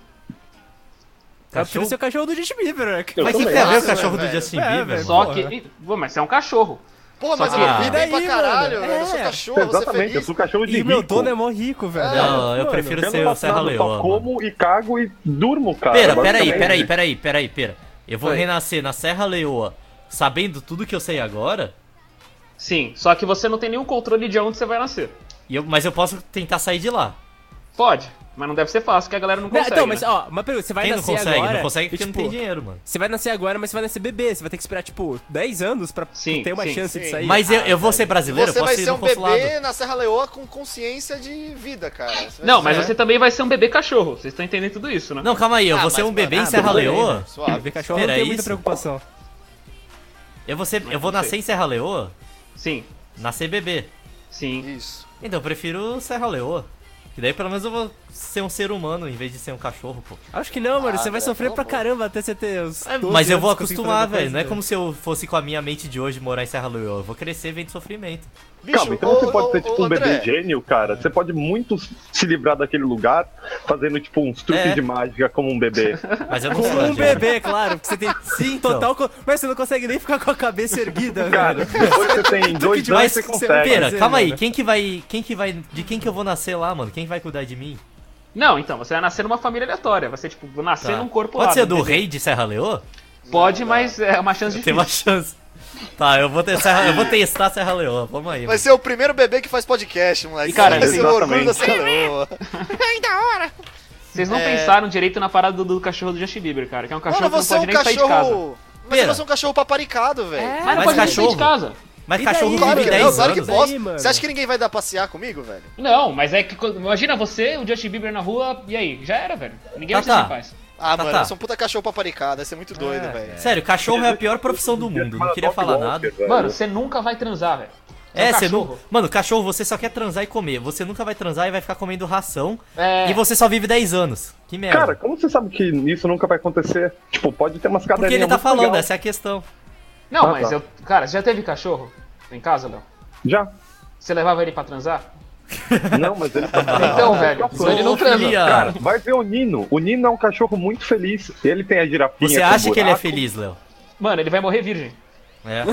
Eu prefiro ser o cachorro do Justin Bieber, né? Eu Mas o que também. tem a ver o Nossa, cachorro do velho. Justin É, Bieber? velho. mano? Só Porra. que. ih, Pô, mas você é um cachorro. Porra, mas Só eu que- é. vivi bem Daí, pra caralho, mano, velho. Eu sou é. cachorro, eu vou ser Exatamente, eu feliz. sou um cachorro de E meu rico. dono é mó rico, velho. Não, eu Mano, prefiro Tendo ser o Serra passado, Leoa. Só mano. tá como e cago e durmo, cara. né? Pera, pera aí, basicamente. pera aí, pera aí, pera aí, pera. Eu vou Oi. renascer na Serra Leoa sabendo tudo que eu sei agora, Sim, só que você não tem nenhum controle de onde você vai nascer. e eu- mas eu posso tentar sair de lá. Pode, mas não deve ser fácil, porque a galera não Não, consegue. então, mas né? ó, uma pergunta, você vai Quem não nascer consegue? agora. Não consegue porque e, não tipo, tem dinheiro, mano. Você vai nascer agora, mas você vai nascer bebê, você vai ter que esperar, tipo, 10 anos pra Sim, ter uma sim, chance de sim. sair. Mas eu, eu vou ser brasileiro, Você eu vai posso ir ser no um consulado. bebê na Serra Leoa com consciência de vida, cara. Você vai Não, ser- mas é. você também vai ser um bebê cachorro. Vocês estão entendendo tudo isso, né? Não, calma aí, eu Ah, vou ser mas, um bebê em mano, ah, Serra tudo bem, Leoa. velho. Suave. Bebê cachorro Pera, não tem é muita isso? preocupação. Eu vou, ser, eu não vou sei. nascer em Serra Leoa, Sim, nascer bebê. sim. Isso. Então eu prefiro Serra Leoa. Que daí pelo menos eu vou ser um ser humano em vez de ser um cachorro, pô. Acho que não, mano, Ah, você vai velho, sofrer pelo pra amor. caramba até você ter os. É, 12 Mas eu vou anos conseguindo acostumar, fazer velho. Não é coisa. né? como se eu fosse com a minha mente de hoje morar em Serra Leoa. Eu vou crescer vendo sofrimento. Calma, então você ô, pode ô, ser tipo ô, um bebê André, gênio, cara. Você pode muito se livrar daquele lugar fazendo tipo uns truques É. de mágica como um bebê. Mas eu não Com sou um gênio. bebê, claro, porque você tem sim, então. total. co- Mas você não consegue nem ficar com a cabeça erguida, Cara, velho. depois que você tem dois de anos, Mas você que você consegue. pera, fazer, calma aí. mano? Quem que vai, quem que vai, de quem que eu vou nascer lá, mano? Quem vai cuidar de mim? Não, então, você vai nascer numa família aleatória. Vai ser, tipo, nascer Tá. num corpo Pode lá, ser não do tem- rei de Serra Leoa? Pode, Não, mas é uma chance Tem difícil. uma chance. Tá, eu vou, ter Serra- eu vou testar Serra Leoa. Vamos aí. Vai ser o primeiro bebê que faz podcast, moleque. E, cara, Vai ser o orgulho da exatamente. Serra Leoa. Vocês não É. pensaram direito na parada do, do cachorro do Justin Bieber, cara. Que é um cachorro Mano, que não você é pode um nem sair de casa. cachorro. Mas Pera. você é um cachorro paparicado, velho. É, Mas não Mas pode nem sair de cachorro? casa. Mas E cachorro daí? vive Claro que 10 não, anos. claro que velho. bosta. Aí, mano. Você acha que ninguém vai dar passear comigo, velho? Não, mas é que. quando- Imagina você, o Justin Bieber na rua, e aí? Já era, velho. Ninguém Tá, vai ser tá. capaz. Ah, Tá, mano, tá. eu sou um puta cachorro paparicado, vai ser muito doido, velho. Sério, cachorro é a pior profissão do mundo. Não queria falar nada. Mano, você nunca vai transar, velho. um É, você cachorro. não. Mano, cachorro, você só quer transar e comer. Você nunca vai transar e vai ficar comendo ração. É. E você só vive 10 anos. Que merda. Cara, como você sabe que isso nunca vai acontecer? Tipo, pode ter umas Porque caderninhas ele tá muito falando, legal. essa é a questão. Não, Ah, mas tá. eu. Cara, você já teve cachorro em casa, Léo? é. Já. Você levava ele pra transar? Não, mas ele tá falando. Então, velho, cachorro. então ele não transa. Filha, Cara, vai ver o Nino. O Nino é um cachorro muito feliz. Ele tem a girafinha. você com acha que ele é buraco. feliz, Léo? Mano, ele vai morrer virgem. É.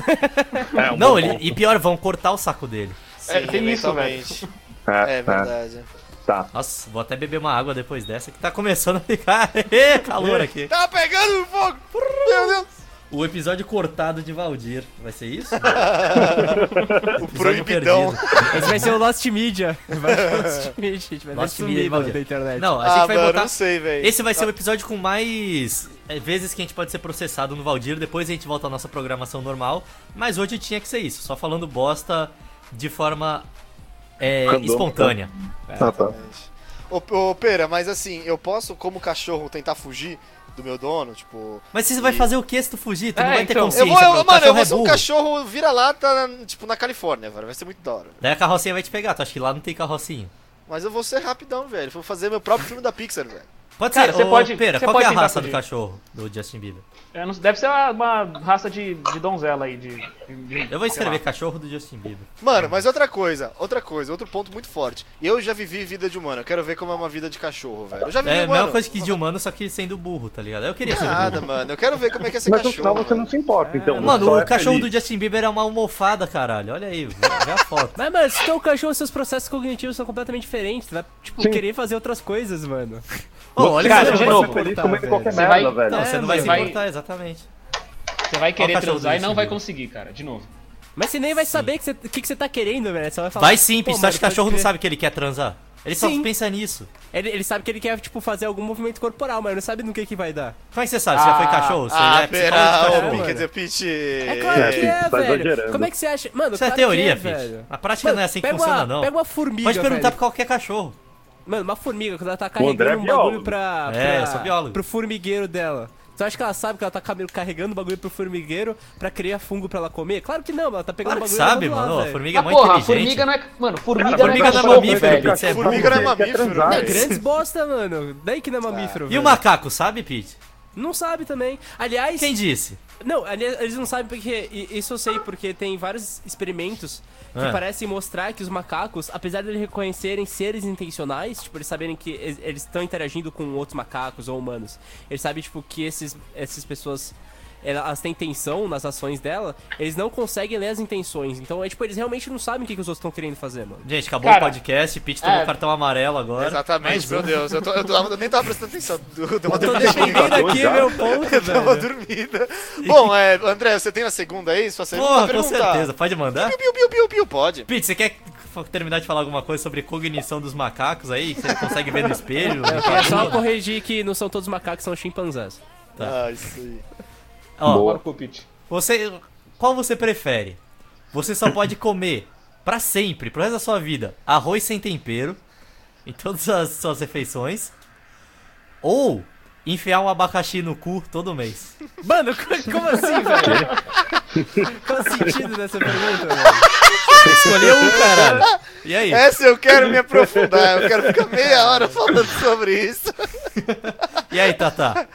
É, um Não, bom ele, ponto. e pior, vão cortar o saco dele. É, tem isso, velho. eventualmente. É, É verdade. tá. Nossa, vou até beber uma água depois dessa que tá começando a ficar Ê, calor aqui. Tá pegando fogo! Meu Deus! É. O episódio cortado de Valdir. Vai ser isso? O Episódio proibidão. perdido. Esse vai ser o Lost Media. Vai ser o Lost Media, gente. Vai Lost Lost Media, Media Valdir. da internet. Não, a gente Ah, vai mano, botar. não sei, velho. Esse vai ser o episódio com mais é, vezes que a gente pode ser processado no Valdir. Depois a gente volta à nossa programação normal. Mas hoje tinha que ser isso. Só falando bosta de forma é, Randômica. espontânea. Ah, tá. Ô, ô, Pera, mas assim, eu posso, como cachorro, tentar fugir do meu dono? Tipo. Mas você vai E- fazer o que se tu fugir? Tu não É, vai ter então. Eu consciência. vou, eu- porque o cachorro mano, eu vou é ser um burro. cachorro vira-lata, tipo, na Califórnia, velho. Vai ser muito da hora. velho. Daí a carrocinha vai te pegar. Tu acha que lá não tem carrocinha? Mas eu vou ser rapidão, velho. Vou fazer meu próprio filme da Pixar, velho. Pode Cara, ser, você ô, pode- pera, você qual pode que é a tentar raça do fugir. cachorro do Justin Bieber? Eu não- deve ser uma, uma raça de, de donzela aí, de. Eu de- vou sei lá. escrever cachorro do Justin Bieber. Mano, mas outra coisa, outra coisa, outro ponto muito forte. Eu já vivi vida de humano, eu quero ver como é uma vida de cachorro, velho. Eu já vivi, É a mano. mesma coisa que de humano, só que sendo burro, tá ligado? Eu queria ser Ah, Nada, burro. mano. Eu quero ver como é que é ser Mas no final cachorro. você não se importa, então. Mano, só o é cachorro feliz. do Justin Bieber é uma almofada, caralho. Olha aí, vê a foto. Mas, mano, se tu é um cachorro, seus processos cognitivos são completamente diferentes. Tu vai, tipo, Sim. querer fazer outras coisas, mano. Ô, olha Cara, isso, de você não novo, vai se feliz importar, comendo qualquer velho. Você merda, vai- velho. Não, você não vai né, se vai- importar, exatamente. Você vai querer Ó o cachorro transar e do não vai Justin conseguir, cara, de novo. Mas você nem vai saber o que, você- o que, que você tá querendo, velho. Você vai falar. Vai sim, "Pô, Pitch, você mano, acha que pode cachorro não crer." sabe que ele quer transar? Ele só Sim. pensa nisso. Ele, ele sabe que ele quer, tipo, fazer algum movimento corporal, mas não sabe no que que vai dar. Como é que você sabe? Você já foi Ah, cachorro? Você Ah, já é pera, psicólogo de ô, cachorro? Pi, quer mano. dizer, Pete. É claro que é, Pete, tá velho. exagerando. Como é que você acha? Mano, Isso é claro teoria, que é, Pitch. velho. Na prática Mano, não é assim que pega funciona, uma, não. Pega uma formiga. Pode perguntar velho. um pra qualquer cachorro. Mano, uma formiga, quando ela tá O André é carregando um bagulho biólogo. pra, pra. É, eu sou biólogo. Pro formigueiro dela. Você acha que ela sabe que ela tá cam- carregando o bagulho pro formigueiro pra criar fungo pra ela comer? Claro que não, ela tá pegando Claro o que bagulho sabe, e levando mano. lá, A velho. formiga é Ah, muito porra, a inteligente. formiga não é. Mano, formiga, Cara, não é formiga não é cachorro, mamífero, velho. Pete, é Formiga não é Quer mamífero, transar, né? Não, velho. grandes bosta, mano. Daí que não é mamífero. E o velho. macaco, sabe, Pete? Não sabe também. Aliás, Quem disse? Não, aliás, eles não sabem porque. e- Isso eu sei, porque tem vários experimentos que Ah. parecem mostrar que os macacos, apesar de eles reconhecerem seres intencionais, tipo, eles saberem que eles eles estão interagindo com outros macacos ou humanos, eles sabem, tipo, que esses, essas pessoas. Elas têm tensão nas ações dela, eles não conseguem ler as intenções. Então, é tipo, eles realmente não sabem o que, que os outros estão querendo fazer, mano. Gente, acabou Cara, o podcast. Pete tomou é. cartão amarelo agora. Exatamente, um. meu Deus. Eu, tô- eu tava- eu nem tava prestando atenção. Deu deu uma Tô dormida. defendendo aqui já? meu ponto, Deu uma velho. dormida. Bom, é, André, você tem a segunda aí? Sua segunda Porra, com pergunta? certeza. Pode mandar? Piu, piu, piu, piu, piu, pode. Pete, você quer f- terminar de falar alguma coisa sobre cognição dos macacos aí? Que você consegue ver no espelho? É, Eu queria só corrigir que não são todos macacos, são chimpanzés. Tá. Ah, isso aí. Ó, Boa. Bora pro Pete. Você. Qual você prefere? Você só pode comer pra sempre, pro resto da sua vida, arroz sem tempero em todas as suas refeições. Ou enfiar um abacaxi no cu todo mês. Mano, co- como assim, velho? Qual o sentido dessa pergunta, velho? Escolheu um, caralho. E aí? É. Essa eu quero me aprofundar. Eu quero ficar meia hora falando sobre isso. E aí, Tata?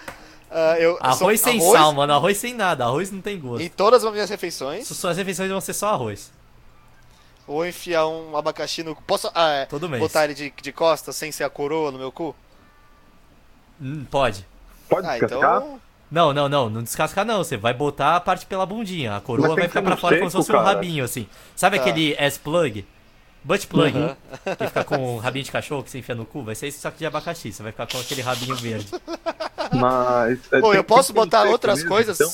Ah, eu, Arroz são- sem sal, mano. Arroz sem nada. Arroz não tem gosto. Em todas as minhas refeições. Su- Suas refeições vão ser só arroz. Ou enfiar um abacaxi no. Posso. Ah, é, Todo mês. botar ele de, de costas sem ser a coroa no meu cu? Hum, pode. Pode Ah, descascar? então. Não, não, não, não descascar não. Você vai botar a parte pela bundinha. A Mas coroa tem vai que ser ficar pra no fora como se seco, fosse um cara. rabinho, assim. Sabe Tá. aquele S-plug? Butt plug, Aham. que fica com um rabinho de cachorro que você enfia no cu, vai ser esse saco de abacaxi, você vai ficar com aquele rabinho verde. Mas. é, Pô, tem eu que posso ser no botar seco outras mesmo, coisas? então.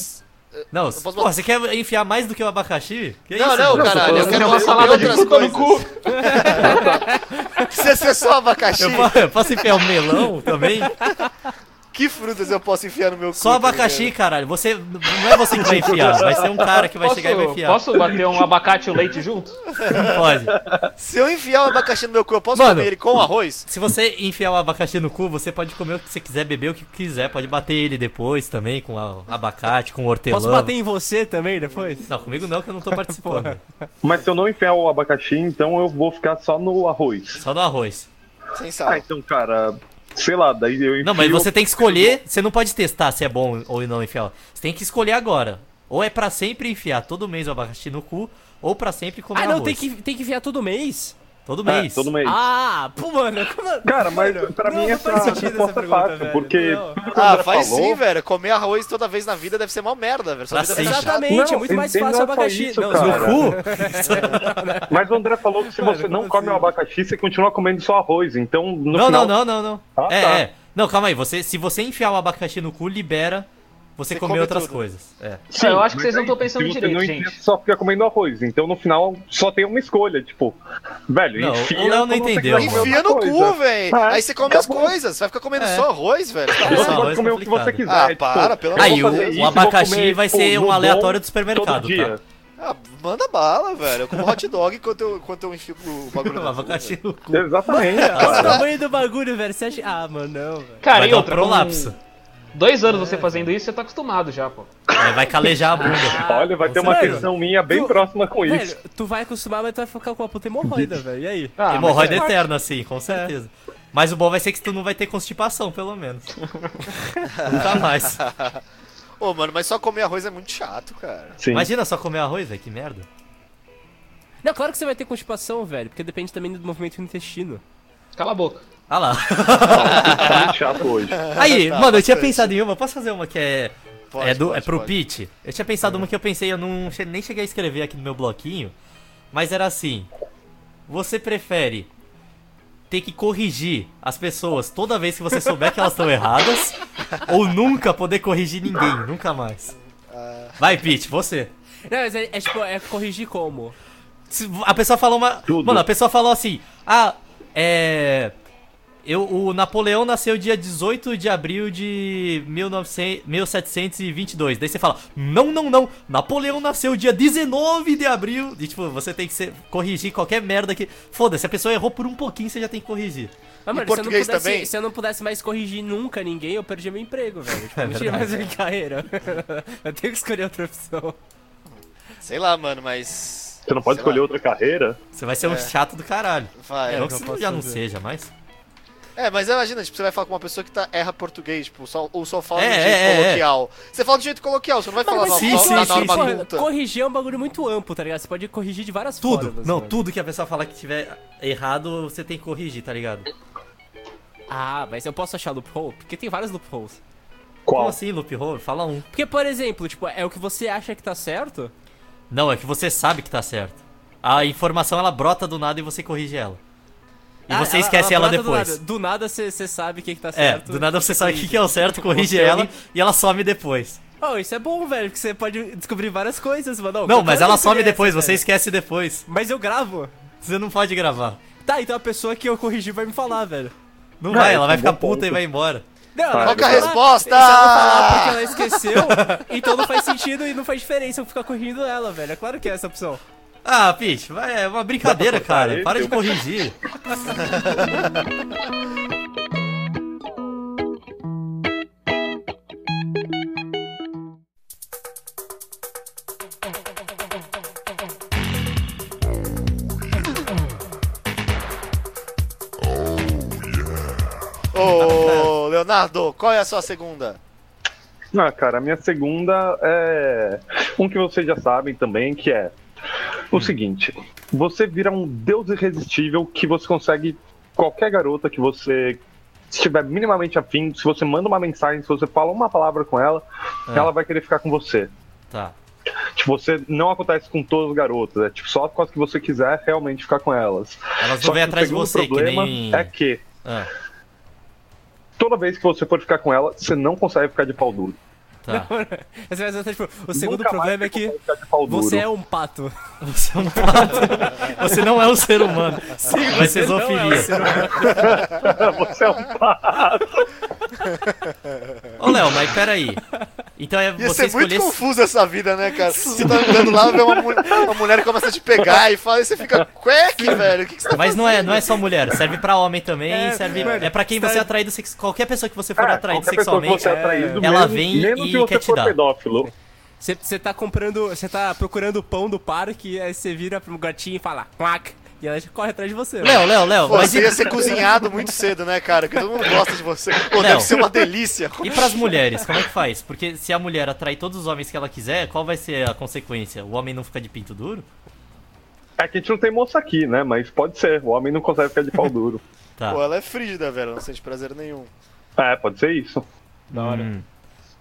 Não, posso porra, você quer enfiar mais do que o abacaxi? Que Não, isso, não, mano? caralho, eu falando quero de uma comer salada de outras coisas. Se você é só abacaxi, Eu po- eu posso enfiar um melão também? que frutas eu posso enfiar no meu cu? Só tá abacaxi, ligado? caralho. Você não é você que vai enfiar, vai ser um cara que vai Posso, chegar e vai enfiar. posso bater um abacate e o leite junto? Não pode. Se eu enfiar o abacaxi no meu cu, eu posso Mano. comer ele com arroz? Se você enfiar o abacaxi no cu, você pode comer o que você quiser, beber o que quiser, pode bater ele depois também, com a- abacate, com hortelã. Posso bater em você também depois? Não, comigo não, que eu não tô participando. Mas se eu não enfiar o abacaxi, então eu vou ficar só no arroz. Só no arroz. Sem Ah, sal. então, cara, sei lá, daí eu enfio. é, Não, mas você tem que escolher, você não pode testar se é bom ou não enfiar. Você tem que escolher agora. Ou é pra sempre enfiar todo mês o abacaxi no cu, ou pra sempre comer Ah, não, arroz. tem que, tem que enviar todo mês? Todo É, mês. todo mês. Ah, pô, mano, como... Cara, mas pra Não, mim não essa faz sentido essa resposta é pergunta, fácil, velho. porque Não. tudo que o Ah, André faz falou, sim, velho. Comer arroz toda vez na vida deve ser uma merda, velho. Sua Pra vida sempre. vai ficar chata. Exatamente, é Não, muito mais e não é fácil o só abacaxi. isso, não, cara. no cu? No cu? Mas o André falou que se você não como come o assim? abacaxi, você continua comendo só arroz. Então, no Não, final, não, não, não, não. Ah, é, tá. é. Não, calma aí. Você, se você enfiar o abacaxi no cu, libera você Você comer come outras tudo. coisas. É. Cara, eu acho que mas vocês não aí, estão pensando se você direito, não gente. enfia, você só fica comendo arroz. Então, no final, só tem uma escolha. Tipo, velho, Não, enfia. o Léo não quando você entendeu, quiser comer Enfia no outra é coisa. cu, velho. Ah, Aí você come as acabou. coisas. Você vai ficar comendo É. só arroz, velho. Tá Você Nossa, louco? arroz é pode comer o que complicado. você quiser. Ah, tipo, para, pelo eu vou amor de Aí, o- fazer o isso, vou abacaxi comer, vai tipo, ser um no aleatório bom do supermercado, tá? todo dia. Ah, manda bala, velho. Eu como hot dog enquanto eu, enquanto eu enfio o bagulho no O cu, abacaxi velho. no cu. Exatamente, Olha o tá. cara. tamanho do bagulho, velho. Você acha... Ah, mano, não, velho. Cara, Vai e dar um outra, com prolapso. Dois anos você fazendo isso, você tá acostumado já, pô. É, vai calejar a bunda. Olha, vai ter uma Sério? tensão minha bem Tu- próxima com isso. Velho, tu vai acostumar, mas tu vai ficar com uma puta hemorroida, velho. E aí? Ah, mas Hemorroida é- eterna, assim, com certeza. Mas o bom vai ser que tu não vai ter constipação, pelo menos. Nunca mais. Ô, mano, mas só comer arroz é muito chato, cara. Sim. Imagina só comer arroz, velho, que merda. Não, claro que você vai ter constipação, velho, porque depende também do movimento do intestino. Cala a boca. Ah lá. Tá muito chato hoje. Aí, Tá, mano, eu tinha bastante. pensado em uma. Posso fazer uma que é. Pode, é, do, pode, é pro pode. É. Pete? Eu tinha pensado uma que eu pensei, eu não che- nem cheguei a escrever aqui no meu bloquinho. Mas era assim: Você prefere ter que corrigir as pessoas toda vez que você souber que elas estão erradas? ou nunca poder corrigir ninguém, nunca mais? Ah. Vai, Pete, você. Não, mas é, é tipo, é corrigir como? Se A pessoa falou uma. Tudo. Mano, a pessoa falou assim: Ah, é. Eu, o Napoleão nasceu dia 18 de abril de 1900, 1722. Daí você fala: Não, não, não. Napoleão nasceu dia 19 de abril. E tipo, você tem que ser- corrigir qualquer merda que. Foda-se, a pessoa errou por um pouquinho, você já tem que corrigir. Mas, mano, se eu, não português pudesse, também? se eu não pudesse mais corrigir nunca ninguém, eu perdi meu emprego, velho. Tipo, É não tinha mais verdade. minha carreira. eu tenho que escolher outra opção. Sei lá, mano, mas. Você não pode sei escolher lá, outra carreira? Você vai ser um É. chato do caralho. Vai. É, É, não o que que eu você posso já não fazer. seja mais. mas imagina, tipo, você vai falar com uma pessoa que tá, erra português, tipo, só, ou só fala É, de um é, jeito é, é. coloquial. Você fala de um jeito coloquial, você não vai falar mas na, sim, na- sim, na sim, norma sim. culta. corrigir é um bagulho muito amplo, tá ligado? Você pode corrigir de várias Tudo. formas. não, mano. tudo que a pessoa falar que tiver errado, você tem que corrigir, tá ligado? Ah, mas eu posso achar loophole? Porque tem vários loopholes. Como Qual? assim, loophole? Fala um. Porque, por exemplo, tipo, é o que você acha que tá certo? Não, é que você sabe que tá certo. A informação ela brota do nada e você corrige ela. E Ah, você esquece ela, brota depois. Do nada você sabe o que, que tá É, certo. do nada você sabe o que, que é o certo, corrige Você ela olha e ela some depois. Oh, isso é bom, velho, porque você pode descobrir várias coisas, mano. Ô, Não, qualquer mas um ela que some conhece, depois, você velho. esquece depois. Mas eu gravo. Você não pode gravar. Tá, então a pessoa que eu corrigi vai me falar, velho. Não, Não, vai, esse ela é vai um ficar bom puta ponto. e vai embora. Não, Tá, ela Qual que é a vai falar- resposta? Se ela falar porque ela esqueceu, então não faz sentido e não faz diferença eu ficar corrigindo ela, velho. É claro que é essa opção. Ah, Pete, vai, é uma brincadeira, Dá pra cortar cara. aí, Para de teu- corrigir. Ô, Leonardo, qual é a sua segunda? Ah, cara, a minha segunda é um que vocês já sabem também, que é Hum. o seguinte: você vira um deus irresistível que você consegue qualquer garota que você estiver minimamente afim, se você manda uma mensagem, se você fala uma palavra com ela, Ah. ela vai querer ficar com você. Tá. Tipo, você não acontece com todas as garotas, é tipo só com as que você quiser realmente ficar com elas. Elas Só não que vêm o atrás de segundo você, que problema nem. é que Ah, toda vez que você for ficar com ela, você não consegue ficar de pau duro. tá. Você vai dizer, tipo, o segundo Nunca mais problema você é que consegue ficar de pau duro. você é um pato. Você é um pato. Você não é um ser humano. vai ser não é um zoofilia. ser você é um pato. Ô, Léo, mas peraí. Então é Ia você ser muito escolher. confuso essa vida, né, cara? Você tá andando lá, vê uma, mu- uma mulher que começa a te pegar e fala, e você fica, quack, velho, o que, que você tá Mas não é, não é só mulher, serve pra homem também, É, serve mano, é pra quem você é atraído sex... qualquer pessoa que você for atraído qualquer pessoa que sexualmente. você é atraído, ela mesmo, vem mesmo e que você quer te for dar. pedófilo. Você- Você tá comprando, você tá procurando o pão do parque, aí você vira pro gatinho e fala, quack, e ela corre atrás de você. velho. Léo, Léo, Léo, Pô, mas Você é- e, ia ser cozinhado muito cedo, né, cara? Porque todo mundo gosta de você. Não. Pô, deve ser uma delícia. e pras mulheres, como é que faz? Porque se a mulher atrai todos os homens que ela quiser, qual vai ser a consequência? O homem não fica de pinto duro? É que a gente não tem moça aqui, né? Mas pode ser. O homem não consegue ficar de pau duro. Tá. Pô, ela é frígida, velho, ela não sente prazer nenhum. É, pode ser isso. Da hora.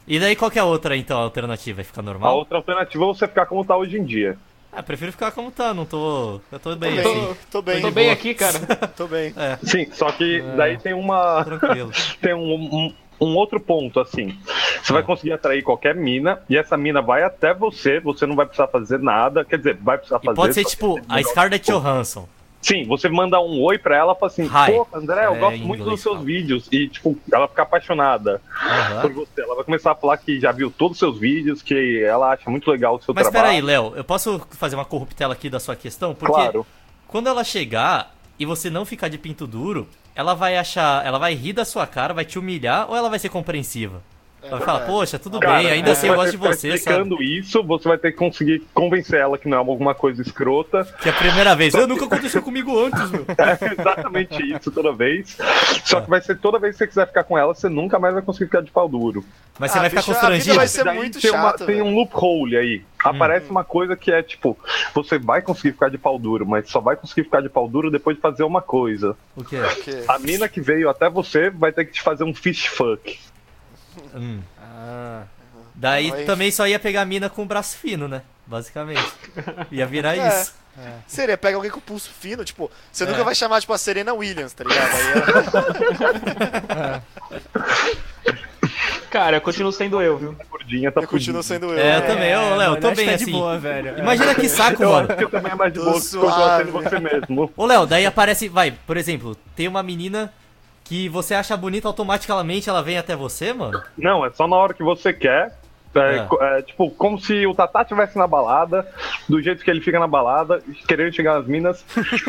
E daí qual que é a outra então a alternativa? Vai ficar A normal? outra alternativa é você ficar como tá hoje em dia. Ah, prefiro ficar como tá, não tô, eu tô Tô bem bem, assim, tô bem, Tô bem aqui, cara. tô bem. É. Sim, só que daí tem uma. tranquilo. tem um, um- um outro ponto, assim. Você Ah. vai conseguir atrair qualquer mina, e essa mina vai até você, você não vai precisar fazer nada. Quer dizer, vai precisar E fazer. pode ser só- tipo a Scarlett Johansson. Sim, você manda um oi pra ela e fala assim, Hi. pô, André, eu É, gosto em muito inglês dos seus fala. Ah. vídeos. E, tipo, ela fica apaixonada Aham. por você. Ela vai começar a falar que já viu todos os seus vídeos, que ela acha muito legal o seu Mas peraí, trabalho. Léo, eu posso fazer uma corruptela aqui da sua questão? Porque Claro. Quando ela chegar e você não ficar de pinto duro, ela vai achar, ela vai rir da sua cara, vai te humilhar ou ela vai ser compreensiva? É Ela fala, poxa, tudo Cara, bem, ainda é. assim eu gosto de ficar você, sabe? explicando isso, você vai ter que conseguir convencer ela que não é alguma coisa escrota. Que é a primeira vez. Eu nunca aconteceu comigo antes, meu. É exatamente isso toda vez. Só É. que vai ser toda vez que você quiser ficar com ela, você nunca mais vai conseguir ficar de pau duro. Mas você Ah, vai ficar bicho, a constrangido. vida vai ser Daí muito tem, uma- chato, tem velho. um loophole aí. Aparece uma coisa que é tipo, você vai conseguir ficar de pau duro, mas só vai conseguir ficar de pau duro depois de fazer uma coisa. O quê? Porque- A mina que veio até você vai ter que te fazer um fish fuck. Hum. Daí Oi. também só ia pegar a mina com o braço fino, né? Basicamente. Ia virar É. isso. Seria, pega alguém com o pulso fino, tipo, você É. nunca vai chamar, tipo, a Serena Williams, tá ligado? Aí ela- Cara, eu continuo sendo eu, viu? Gordinha tá eu continuo sendo eu. É, eu né? também, ô Léo, tô Manete bem tá assim. de boa, velho. Imagina que saco, Eu mano. acho que também é mais de Tô boa que continuar suave. sendo você mesmo. Ô Léo, daí aparece, vai, por exemplo, tem uma menina que você acha bonita automaticamente, ela vem até você, mano. Não, é só na hora que você quer. É, É. co- é, tipo, como se o Tatá estivesse na balada, do jeito que ele fica na balada, querendo chegar nas minas,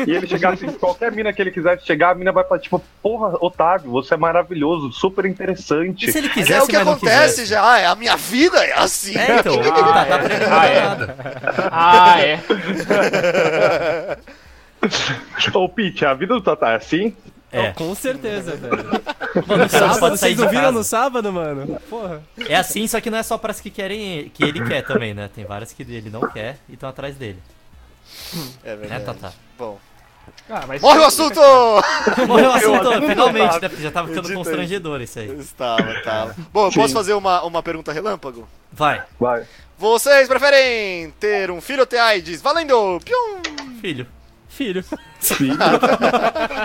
e ele chegasse em qualquer mina que ele quisesse chegar, a mina vai pra tipo, porra, Otávio, você é maravilhoso, super interessante. E se ele Mas quisesse, é o que mas não acontece quisesse? já, ah, é a minha vida é assim. É, então, né? tá, tá é. aprendendo Ah, é. nada. Ah, é. Ô, Pete, a vida do Tatá é assim? É. Com certeza, velho. Mano, Sábado, sair vocês de não viram casa. no sábado, mano? Porra. É assim, só que não é só pras que querem, que ele quer também, né? Tem várias que ele não quer e estão atrás dele, É né, verdade. Tata? Bom. Ah, mas Morre o assunto! Morreu o assunto, não finalmente, lembrava. né? Porque já tava ficando Edita aí. constrangedor isso aí. Estava, estava. Bom, eu posso Sim. fazer uma, uma pergunta relâmpago? Vai, Vai. Vocês preferem ter um filho ou ter AIDS? Valendo! Pium! filho. Filho.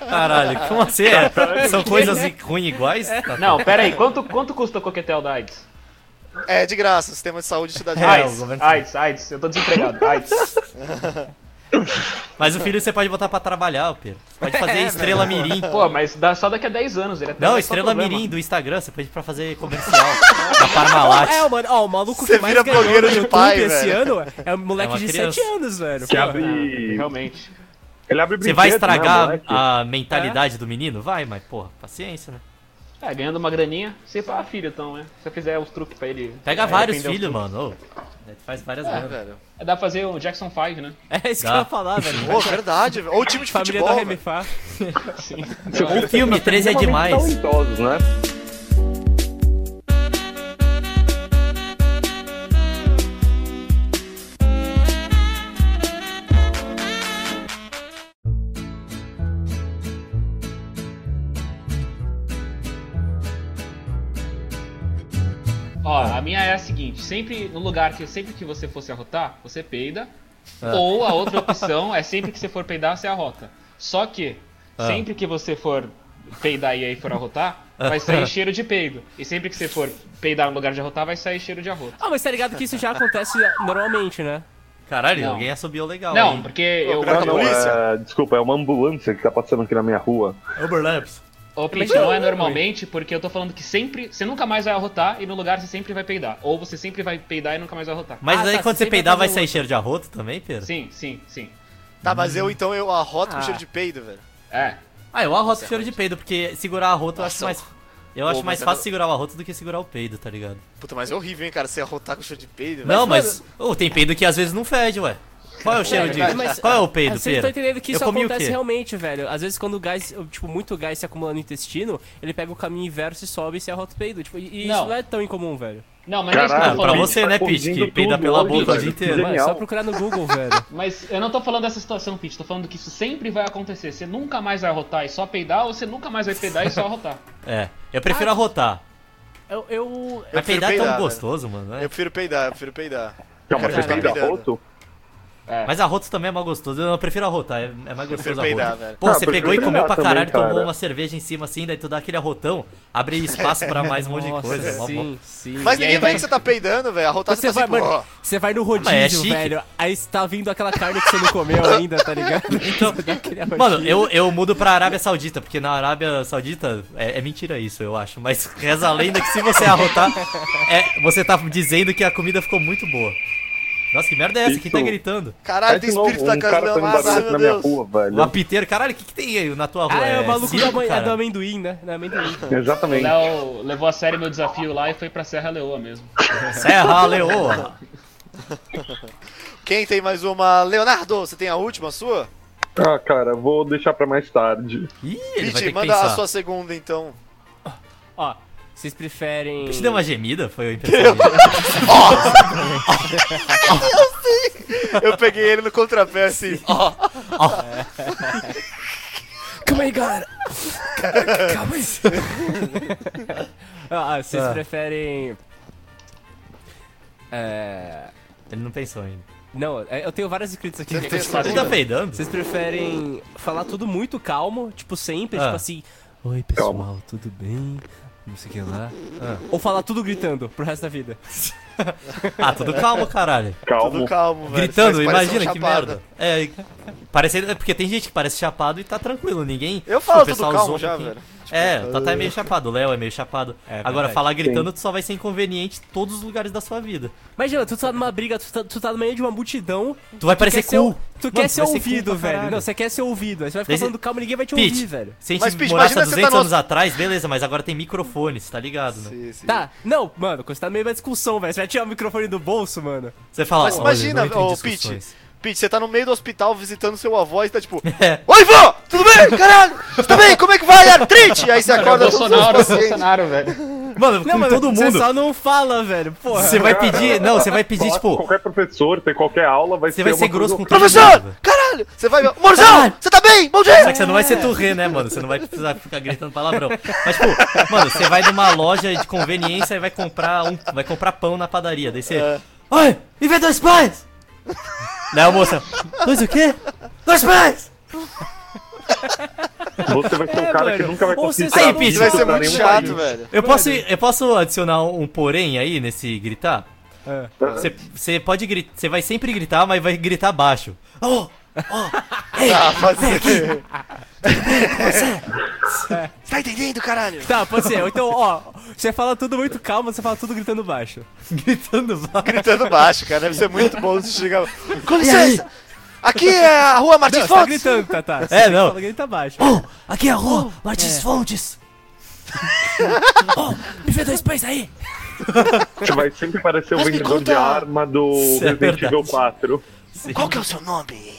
Caralho, como assim? É? São coisas i- ruins iguais? Tá, Não, pera aí, quanto, quanto custa o coquetel da AIDS? É de graça, o sistema de saúde te dá de É, o graça. AIDS, governo- AIDS, AIDS, eu tô desempregado, AIDS. Mas o filho você pode botar pra trabalhar, Pedro. Você pode fazer estrela mirim. Pô, mas dá, só daqui a 10 anos ele até É, né? Não, é vai só estrela problema. mirim do Instagram, você pede pra fazer comercial da Parmalat. É, mano, ó, o maluco Você que mais vira ganhou blogueiro no de YouTube pai, esse velho. ano é um moleque É uma de criança. 7 anos, velho. Que porra. abre. Ah, Realmente. Ele abre Você vai brinquedo, né, estragar moleque? a mentalidade do menino? Vai, mas porra, paciência, né? É, ganhando uma graninha, sei pra filho então, né? Se eu fizer os truques pra ele. Pega é, vários aprender os filhos, truques. mano. ô. faz várias É, granas. velho. É, dá pra fazer o Jackson 5, né? É isso que Dá. eu ia falar, velho. Pô, verdade, velho. Ou time de Família futebol. do velho. Remifá. Sim. O filme 13 é Normalmente demais. Talentosos, né? Ó, a minha é a seguinte, sempre no lugar que sempre que você fosse arrotar, você peida. Ou a outra opção é sempre que você for peidar, você arrota. Só que, Ah. sempre que você for peidar e aí for arrotar, vai sair cheiro de peido. E sempre que você for peidar no lugar de arrotar, vai sair cheiro de arroto. Ah, mas tá ligado que isso já acontece normalmente, né? Caralho, Não. alguém assobiou legal. Não, hein? porque eu. Pra Ah, não, Tá polícia? é- desculpa, é uma ambulância que tá passando aqui na minha rua. É Overlaps. Ô, Pete, não é normalmente, porque eu tô falando que sempre. Você nunca mais vai arrotar e no lugar você sempre vai peidar. Ou você sempre vai peidar e nunca mais vai arrotar. Mas Ah, aí tá, quando você sempre peidar, vai fazer sair cheiro de arroto também, Pedro? Sim, sim, sim. Tá, mas eu então eu arroto com Ah. cheiro de peido, velho. É. Ah, eu arroto cheiro de peido, porque segurar arroto eu acho Nossa, mais. Eu Pô, acho mais mas é fácil do- segurar o arroto do que segurar o peido, tá ligado? Puta, mas é horrível, hein, cara, você arrotar com cheiro de peido, velho. não, mas. Ô, tem peido que às vezes não fede, ué. Qual é o cheiro de. verdade. Mas- Qual é o peido, Vocês estão Pedro? entendendo que Eu isso comi o acontece quê? realmente, velho. Às vezes quando o gás, tipo, muito gás se acumula no intestino, ele pega o caminho inverso e sobe e se arrota o peido. Tipo, e e Não. isso não é tão incomum, velho. Não, mas não é isso que eu Caralho, tô pra falando. você, né, Pete, que peida pela boca o dia inteiro. Mano, é só Genial. procurar no Google, velho. Mas eu não tô falando dessa situação, Pete. Tô falando que isso sempre vai acontecer. Você nunca mais vai arrotar e só peidar, ou você nunca mais vai peidar e só arrotar. É. Eu prefiro arrotar. Eu. eu... Mas prefiro peidar é tão peidar, velho. gostoso, mano. né? Eu prefiro peidar, eu prefiro peidar. Calma, Cara, você tá peida peidando. roto? Mas arroto também é mais gostoso. Eu prefiro arrotar, é, é mais gostoso Prefiro arroto. peidar, velho. Pô, Ah, você prefiro pegou e comeu pra peidar caralho, também, tomou cara. uma cerveja em cima assim, daí tu dá aquele arrotão, abre espaço pra mais um monte de coisa. mó bom. é sim, sim. Mas E aí ninguém vê vai- que você tá peidando, velho. Arrotar Você você tá vai, assim, mano, pô. você vai no mas é rodízio, chique. velho. Aí tá vindo aquela carne que você não comeu ainda, tá ligado? Então, mano, eu, eu mudo pra Arábia Saudita, porque na Arábia Saudita é, é mentira isso, eu acho. Mas reza a lenda que se você arrotar, é, você tá dizendo que a comida ficou muito boa. Nossa, que merda é essa? Quem tá Isso. gritando? Caralho, Parece tem espírito um, da um casa cara da fazendo massa, barulho meu na minha Deus. rua, velho. Lapiteiro, caralho, o que, que tem aí na tua rua? Ah, é o maluco circo, da mãe, é cara? do amendoim, né? Não é amendoim. O Exatamente. Léo levou a sério meu desafio lá e foi pra Serra Leoa mesmo. Serra Leoa. Quem tem mais uma? Leonardo, você tem a última sua? Ah, cara, vou deixar pra mais tarde. Ih, ele vai ter Pete, que manda pensar. a sua segunda então. Ó, vocês preferem. Te deu uma gemida? Foi o impressionante. Eu peguei ele no contrapé assim. Calma aí, cara! Calma aí! ah, vocês Ah. preferem. É. Ele não pensou ainda. Não, é, eu tenho vários escritos aqui. Você tem Ele certeza? tá peidando? Vocês preferem falar tudo muito calmo, tipo sempre, Ah. tipo assim. Oi pessoal, Calma. tudo bem? Não sei o que lá. Ou falar tudo gritando pro resto da vida. Ah, tudo calmo, caralho. Calmo. Tudo calmo, velho. Gritando, Vocês parecem imagina um que chapado. merda. É, parecendo, é porque tem gente que parece chapado e tá tranquilo, ninguém. Eu falo o tudo pessoal calmo zoa já, quem- velho. É, o Tata é meio chapado, o Léo é meio chapado. É, Agora, verdade. falar gritando tu só vai ser inconveniente em todos os lugares da sua vida. Imagina, tu tá numa briga, tu tá, tu tá no meio de uma multidão. Tu vai parecer quer ser cool. o- Tu Mano, quer tu ser vai ser cool ouvido, pra velho. caralho. Não, você quer ser ouvido. Aí você vai ficar Daí você- falando calmo, ninguém vai te Pete, ouvir, velho. Se a gente Mas, Pete, morasse há imagina você 200 tá no- anos atrás, beleza, mas agora tem microfones, tá ligado, né? Sim, sim. Tá, não, mano, quando você tá no meio da discussão, velho. Você vai tirar o microfone do bolso, mano. Você fala, Mas "Olha, imagina, não entre em ô, discussões." Pete, você tá no meio do hospital visitando seu avô e tá tipo. É, Oi, vó! Tudo bem? Caralho! Você tá bem? Como é que vai? Artrite! Aí você Cara, é o acorda assim. todos os Bolsonaro, é o pacientes. Bolsonaro, velho. mano, com todo Você mundo. só não fala, velho. Porra. Você vai pedir, não, você vai pedir, Falar com tipo, Qualquer professor, tem qualquer aula, vai você ser vai uma ser grosso com coisa- todo Professor! mundo. Caralho! Você vai. Morzão! Você tá bem? Bom Só que dia! você não vai ser turrê, né, mano? Você não vai precisar ficar gritando palavrão. Mas, tipo, mano, você vai numa loja de conveniência e vai comprar, um, vai comprar pão na padaria. Daí você. Oi, me vê dois pães! Daí a moça. Dois o quê? Dois pães! Você vai ser um É, cara que mano. nunca vai Ou conseguir. você Aí, sair Pete, disso Vai ser pra muito é nenhum chato, um país. velho. Eu posso, eu posso adicionar um porém aí nesse gritar? É. Você, você pode gritar. Você vai sempre gritar, mas vai gritar baixo. Oh! Ah, fazer. é um Você tá entendendo, caralho? Tá, pode ser. Ou Então, ó, você fala tudo muito calmo, você fala tudo gritando baixo. Gritando baixo. Gritando baixo, cara. Deve ser muito bom se chegar. Com licença! Aqui é a rua Martins Não, você tá Fontes! gritando, Tatá. Você É, tem que não. falar grita baixo. Aqui é a rua, Martins Fontes! oh, me vê dois pães aí! Você vai sempre parecer o Mas me vendedor conta- de arma do Isso é Resident Evil verdade. 4. Qual que é o seu nome?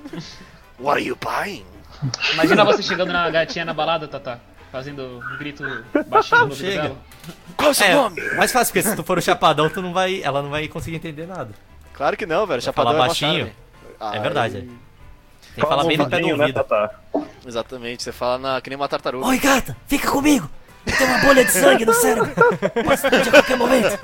What are you buying? Imagina você chegando na gatinha na balada, Tata. Fazendo um grito baixinho no ouvido Chega. dela. Qual o seu nome? É, mais fácil, porque se tu for o chapadão, tu não vai. Ela não vai conseguir entender nada. Claro que não, velho. Chapadão falar é uma baixinho? charme. Ah, É verdade. Tem que falar bem tá no pé do Bonzinho, né, ouvido. Tatá? Ah, Exatamente, você fala na, que nem uma tartaruga. Oi, gata, fica comigo! Tem uma bolha de sangue no cérebro! Posso explodir é a qualquer momento!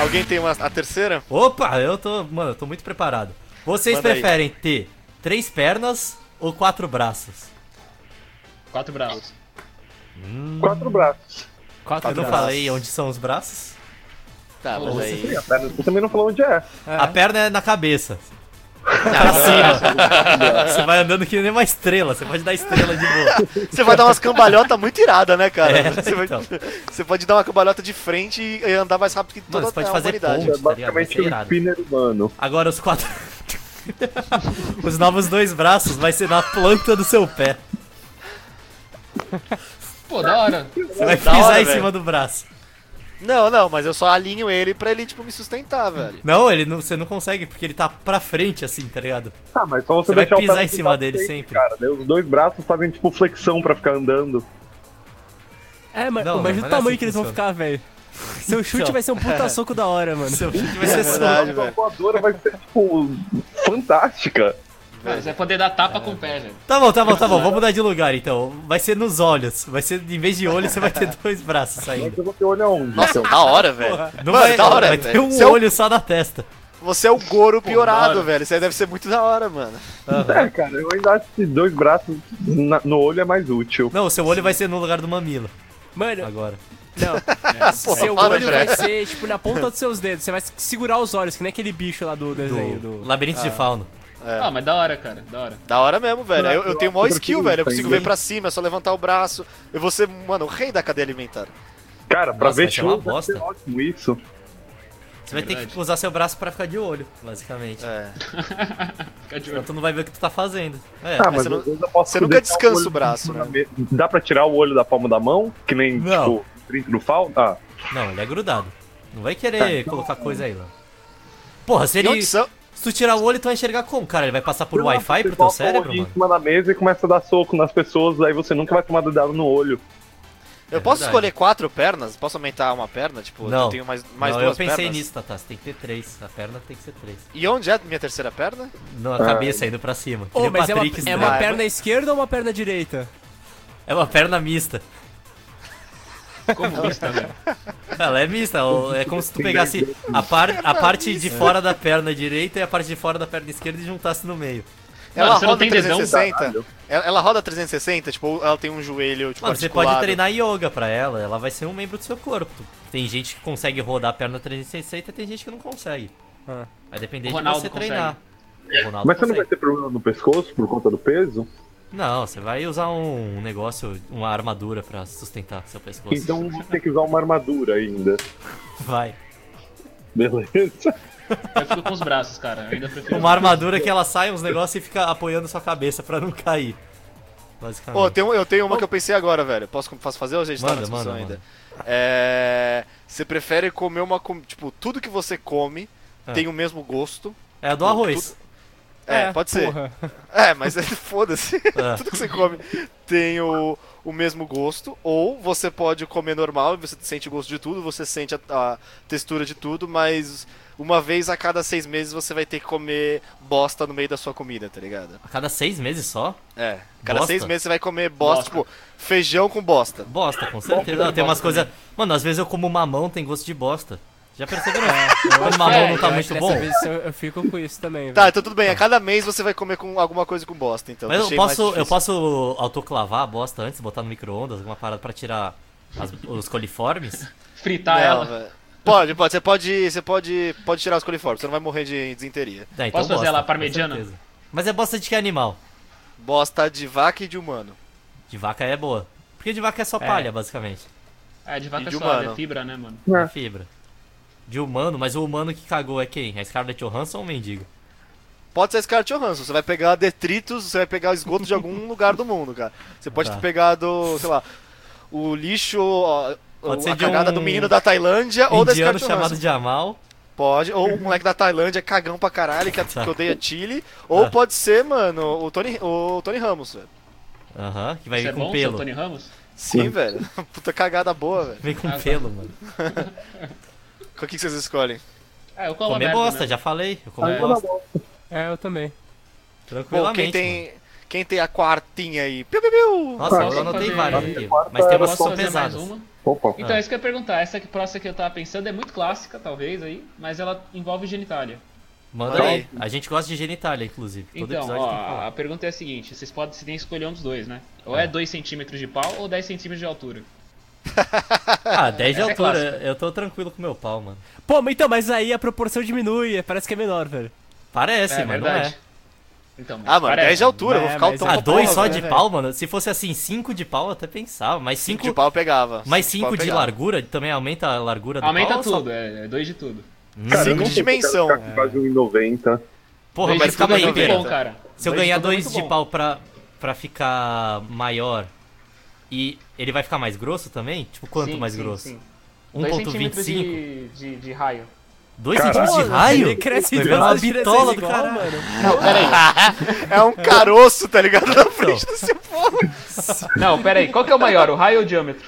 Alguém tem uma, a terceira? Opa, eu tô. Mano, eu tô muito preparado. Vocês Manda aí. preferem ter três pernas ou quatro braços? Quatro braços. Quatro braços. Quatro Eu não braços. falei onde são os braços. Tá, mas Nossa, aí. Minha perna, Você também não falou onde é. A perna é na cabeça. Pra cima. Você vai andando que nem uma estrela, você pode dar estrela de boa. Você vai dar umas cambalhotas muito irada, né, cara? É, você, vai- então. você pode dar uma cambalhota de frente e e andar mais rápido que Mano, toda você pode a fazer humanidade. ponte. É Tá ligado? basicamente Vai ser um irado. spinner humano. Agora os quatro. os novos dois braços vai ser na planta do seu pé. Pô, da hora. Você vai Da pisar hora, em velho. cima do braço. Não, não, mas eu só alinho ele pra ele, tipo, me sustentar, velho. Não, ele não, você não consegue, porque ele tá pra frente assim, tá ligado? Tá, mas só você, Você vai deixar o pisar pé em cima dele frente, sempre. Cara, né? Os dois braços fazem tipo flexão pra ficar andando. É, mas Não, imagina mas o não é tamanho assim que que eles vão funciona. ficar, velho. Seu chute Então. vai ser um puta soco da hora, mano. Seu chute vai ser é só. É Verdade, a velho. voadora vai ser tipo fantástica. Você vai é poder dar tapa com o pé, velho. Tá bom, tá bom, tá bom. Vamos mudar de lugar então. Vai ser nos olhos. Vai ser, em vez de olho, você vai ter dois braços Mas saindo. eu vou ter olho aonde? Nossa, então? da hora, velho. Não Mano, vai, da hora, vai velho. ter um Seu- olho só na testa. Você é o Goro da piorado, hora. velho. Isso aí deve ser muito da hora, mano. É, cara, eu ainda acho que dois braços na- no olho é mais útil. Não, o seu olho vai ser no lugar do mamilo Mano, agora. Não. Pô, É. Seu fala, olho André. vai ser, tipo, na ponta dos seus dedos. Você vai segurar os olhos, que nem aquele bicho lá do desenho. Do Do... Labirinto de Fauno. Ah, mas da hora, cara, da hora. Da hora mesmo, velho. Eu, eu tenho maior Eu skill, prefiro velho. Eu isso consigo ainda. ver pra cima, é só levantar o braço. Eu vou ser, mano, o rei da cadeia alimentar. Cara, pra Nossa, ver vai ser uma show, vai ser bosta. ótimo isso. Você vai ter que Verdade. usar seu braço pra ficar de olho, basicamente. É. Fica de Então olho. tu não vai ver o que tu tá fazendo. É. Ah, mas você não- às vezes eu posso você nunca deixar descansa olho o braço, né? na me- Dá pra tirar o olho da palma da mão? Que nem, Não. tipo, drink do fal? Ah, Não, ele é grudado. Não vai Tá, querer então- colocar coisa aí, mano. Porra, se E ele. onde são? Se tu tirar o olho, tu vai enxergar como? Cara, ele vai passar por Sei lá, Wi-Fi você pro teu bota o cérebro, olho em mano? cima da mesa e começa a dar soco nas pessoas, aí você nunca vai tomar dedado no olho. Eu É posso verdade. escolher quatro pernas? Posso aumentar uma perna? Tipo, Não. eu tenho mais, mais não, eu duas pensei pernas. nisso, Tatá. Você tem que ter três. A perna tem que ser três. E onde é a minha terceira perna? Não, a Ah. cabeça indo pra cima. Que Ô, nem o mas é uma, Patrick é Star. uma Vai, perna esquerda ou uma perna direita? É uma perna mista. Comunista, velho. Ela é mista. ó, É como se tu pegasse a, par- a parte de fora da perna direita e a parte de fora da perna esquerda e juntasse no meio. Mano, você não tem dedão? Caralho. Ela, ela roda 360, tipo, ou ela tem um joelho, tipo, Mano, você articulado. pode treinar yoga pra ela. Ela vai ser um membro do seu corpo. Tem gente que consegue rodar a perna 360 e tem gente que não consegue. Ah. Vai depender O de Ronaldo você consegue. treinar. O Ronaldo Mas você não vai consegue. ter problema no pescoço por conta do peso? Não, você vai usar um negócio, uma armadura pra sustentar seu pescoço. Então você tem que usar uma armadura ainda. Vai. Beleza? Eu fico com os braços, cara. Eu ainda prefiro. Uma armadura que ela sai uns negócios e fica apoiando sua cabeça pra não cair. Basicamente. Ô, tem um- eu tenho uma que eu pensei agora, velho. Posso, posso fazer ou a gente tá Manda, na discussão manda, ainda? manda. É... Você prefere comer uma... com- Tipo, tudo que você come Ah. tem o mesmo gosto. É a do arroz. É, pode ser. Porra. É, mas é- foda-se. Ah. Tudo que você come tem o, o mesmo gosto. Ou você pode comer normal e você sente o gosto de tudo, você sente a, a textura de tudo, mas uma vez a cada seis meses você vai ter que comer bosta no meio da sua comida, tá ligado? A cada seis meses só? É. Cada Bosta? seis meses você vai comer bosta, tipo, feijão com bosta. Bosta, com certeza. Não, tem umas coisas. Mano, às vezes eu como mamão, tem gosto de bosta. Já perceberam? Quando mamão não É, tá eu acho muito que bom. Dessa vez eu, eu fico com isso também. Tá, velho. então tudo bem. A cada mês você vai comer com alguma coisa com bosta, então. Mas eu deixei mais posso, eu difícil. posso autoclavar a bosta antes, botar no micro-ondas, alguma parada pra tirar as- os coliformes? Fritar Não, ela. velho. Pode, pode. Você pode, você pode, pode tirar os coliformes. Você não vai morrer de desinteria. Tá, então Posso fazer ela com parmegiana? certeza. Mas é bosta de que animal? Bosta de vaca e de humano. De vaca é boa. Porque de vaca é só palha, basicamente. É, de E vaca de suave, humano. é fibra, né, mano? É fibra. De humano, mas o humano que cagou é quem? A Scarlett Johansson ou o mendigo? Pode ser Scarlett Johansson, você vai pegar detritos, você vai pegar esgoto de algum lugar do mundo, cara. Você pode Tá. ter pegado, sei lá, o lixo, ó, Pode a ser de cagada um do menino da Tailândia ou da Indiano Scarlett chamado Johansson. de Amal. Pode, ou um moleque da Tailândia cagão pra caralho que, Tá. que odeia Chile, ou Tá. pode ser, mano, o Tony, o Tony Ramos, velho. Aham, que vai Isso vir é com bom, seu pelo. Tony Ramos? Sim, Hum. velho. Puta cagada boa, velho. Vem com Ah, tá. pelo, mano. O que que vocês escolhem? É, eu colo Comer aberto, bosta, né? já falei. Eu como Ah, bosta. É, eu também. Bom, Tranquilamente. quem tem, quem tem a quartinha aí? Piu, piu, mano. piu. Nossa, Posso eu anotei fazer- várias Nossa, aqui. quarta Mas tem era umas que Posso são fazer mais pesadas. uma? Opa. Então, Ah. é isso que eu ia perguntar. Essa que próxima que eu tava pensando é muito clássica, talvez, aí, mas ela envolve genitália. Manda Olha aí. aí. A gente gosta de genitália, inclusive. Todo Então, episódio ó, tem que falar. a pergunta é a seguinte: vocês podem se escolher um dos dois, né? Ou é 2 centímetros de pau ou 10 centímetros de altura. Ah, 10 de essa é altura. clássica. eu tô tranquilo com meu pau, mano. Pô, mas então, mas aí a proporção diminui, é, parece que é menor, velho. Parece, mas não é. Então, mas Ah, mano, 10 de altura, eu vou É, ficar o mas tom Ah, pra dois porra, só velho. de né, pau, mano. Se fosse assim, 5 de pau, eu até pensava. Mas Cinco 5 de pau eu pegava. mais Cinco pau é cinco eu de pegava. largura também aumenta a largura do Aumenta pau? ou só- tudo, é 2 de tudo. Hum, Cara, eu Cinco não de sei porque dimensão. ela tá Quase 1,90. Porra, Dois mas de calma tudo aí, é muito pera. bom, cara. Se eu Dois de ganhar tudo é 2 muito de bom. pau pra, pra ficar maior e ele vai ficar mais grosso também? Tipo, quanto Sim, mais sim, grosso? sim. Dois centímetros 1.25? de, de, de raio. 2 Caralho. centímetros de Ele raio? cresce Vai de virar uma duas vezes bitola do é igual, caralho. mano. Não, É um caroço, tá ligado? Na frente do seu Não, pera aí, qual que é o maior, o raio ou o diâmetro?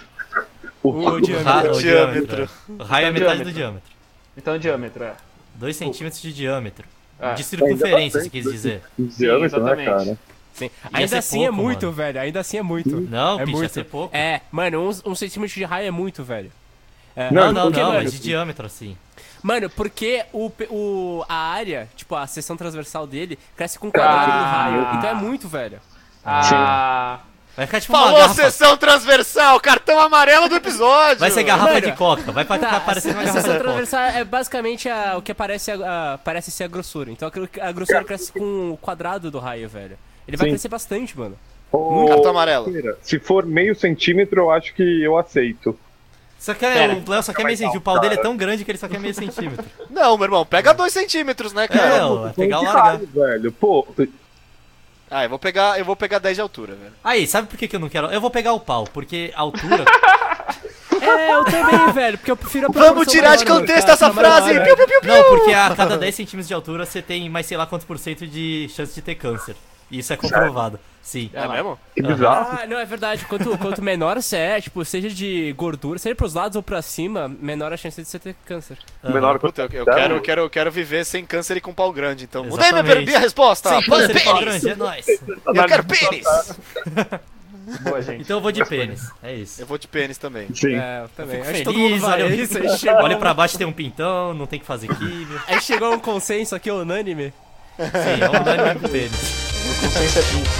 O O diâmetro. ra- o Então, Diâmetro. diâmetro. O raio é Então, metade do diâmetro. diâmetro. Então, o diâmetro, é. 2 centímetros de diâmetro. É. De Ainda circunferência, bem, se quis dois dizer. Diâmetro, né, exatamente. cara? Sim. Ia ser Ainda assim é pouco, muito, mano. velho. Ainda assim é muito. Não, é bicho, ia muito. ser pouco. É, mano, um, um centímetro de raio é muito, velho. É, Não, Não, não, porque, não, mano, mas de diâmetro assim. Mano, porque o, pe- o, a área, tipo, a um Ah. seção transversal dele, cresce com o quadrado do raio. Então é muito, velho. Ah, Vai ficar tipo uma Falou garrafa. sessão transversal, cartão amarelo do episódio. Vai ser garrafa Mano. de coca. Vai pra Tá, ficar essa parecendo uma essa garrafa de coca. transversal é basicamente a- o que aparece a, a- parece ser a grossura. Então aquilo que- a grossura cresce com o quadrado do raio, velho. Ele vai Sim. crescer bastante, mano. Ô, Cartão amarelo. Pera, Se for meio centímetro, eu acho que eu aceito. Só que é, Pera. o Léo só quer meio centímetro. O pau dele é tão grande que ele só quer meio centímetro. Não, meu irmão, pega 2 centímetros, né, cara? É, ó, vai Tem pegar o que largar. raio, velho. Pô, Ah, eu vou pegar, eu vou pegar 10 de altura, velho. Aí, sabe por que, que eu não quero? Eu vou pegar o pau, porque a altura. É, eu também, velho, porque eu prefiro a Vamos proporção Tá, tirar de maior, contexto cara, essa maior, né? frase. velho. Piu, piu, piu, piu. não, porque a cada 10 centímetros de altura você tem mais sei lá quantos por cento de chance de ter câncer. E isso é comprovado. Sim. É mesmo? que bizarro. Ah, não, é verdade. Quanto, quanto menor você é, tipo, seja de gordura, seja pros lados ou pra cima, menor a chance de você ter câncer. Ah. é Menor que Puta, eu, eu quero, Tá eu, quero, eu quero viver sem câncer e com pau grande, então. Mudei minha, Exatamente. per- minha resposta. Sem Pô, câncer, pau pênis. grande, é nóis. Eu quero pênis. Boa, gente. Então eu vou de pênis. É isso. Eu vou de pênis também. Sim. É, eu também. Acho que todo mundo Feliz, vai. olha, é isso, a gente chegou, olha pra baixo, tem um pintão, não tem que fazer químio. a gente chegou a um consenso aqui unânime. Sim, é vamos dar ele pro pênis. Consciência é tudo.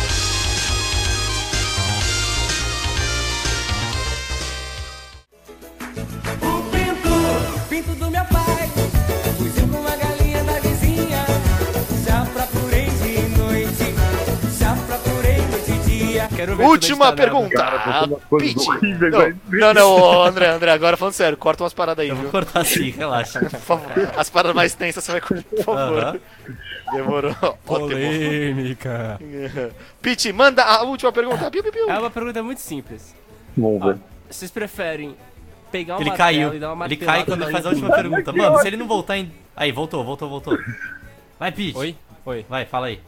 Pinto do meu pai, fugiu com a galinha da vizinha. Já procurei de noite, já procurei noite e dia. Quero ver Última tudo editado. pergunta. Cara, você é uma coisa Pete. horrível, Não, velho. não, não, ô, André, André, agora falando sério, corta umas paradas aí, Eu vou viu? cortar assim, relaxa. Por favor. As paradas mais tensas você vai cortar, por favor. Aham. Demorou. Ótimo. Polêmica. Pete, manda a última pergunta. Piu, piu, piu. Ah, É uma pergunta muito simples. Vamos ver. Vocês preferem pegar um Ele martelo caiu. e dar uma Ele martelada cai quando na ele faz a orelha última pergunta. Mano, se ele não voltar em. Aí, voltou, voltou, voltou. Vai, Pete. do- Oi? Oi. Vai, fala aí.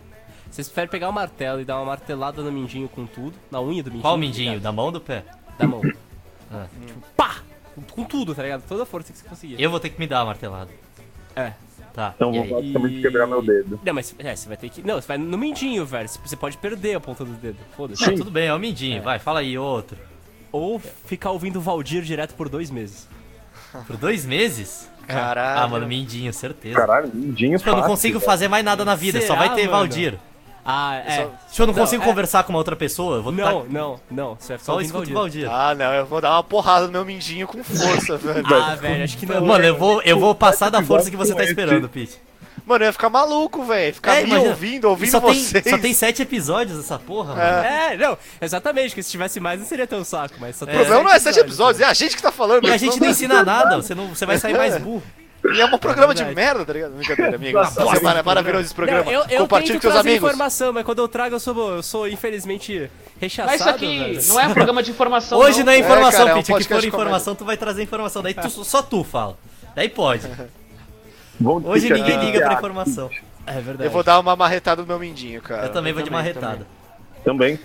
Vocês preferem pegar um martelo e dar uma martelada no mindinho com tudo? Na unha do mindinho? Qual o mindinho? Da mão ou do pé? Da mão. Tipo, pá! Com tudo, tá ligado? Toda a força que você conseguir. Eu vou ter que me dar a martelada. É. Tá. Então vou E- basicamente quebrar meu dedo. Não, mas é, você vai ter que. Não, você vai no mindinho, velho. Você você pode perder a ponta do dedo. Foda-se. Não, tudo bem, é o mindinho. Vai, fala aí outro. Ou ficar ouvindo o Valdir direto por dois meses. Por dois meses? Caralho. Ah, mano, mindinho, certeza. Caralho, lindinho, Tipo, eu não é fácil, consigo velho. fazer mais nada na vida, só Será, vai ter mano? Valdir. Ah, é. Se eu não, consigo é. conversar com uma outra pessoa, eu vou Não, tá- não, não. Você vai ficar só ouvindo escuto Valdir. o Valdir. Ah, não, eu vou dar uma porrada no meu mindinho com força, velho. Ah, velho, acho que não. Mano, eu vou, eu vou passar da força que você tá esperando, Pete. Mano, eu ia ficar maluco, velho. Ficar me É, imagina. ouvindo, ouvindo E só tem, vocês. só tem sete episódios essa porra, mano. É, não, exatamente, que se tivesse mais não seria tão saco, mas só O problema não é sete episódios, né? é a gente que tá falando. E a eles gente não- não ensina nada, você, não, você vai sair mais burro. E é um programa de verdade. merda, tá ligado? Brincadeira, amigo. Nossa, Nossa, sim. para, maravilhoso esse programa. Não, eu, eu Compartilhe com tento seus trazer amigos. informação, mas quando eu trago eu sou, eu sou infelizmente rechaçado, Mas isso aqui velho. não é programa de informação. Hoje não não é informação, cara, é um Pete. O que podcast for de comédia. informação, tu vai trazer informação. Daí tu- só tu fala. Daí pode. Vamos Hoje ficar ninguém aqui, liga pra ah, informação. É verdade. Eu vou dar uma marretada no meu mindinho, cara. Eu também vou de marretada. Também.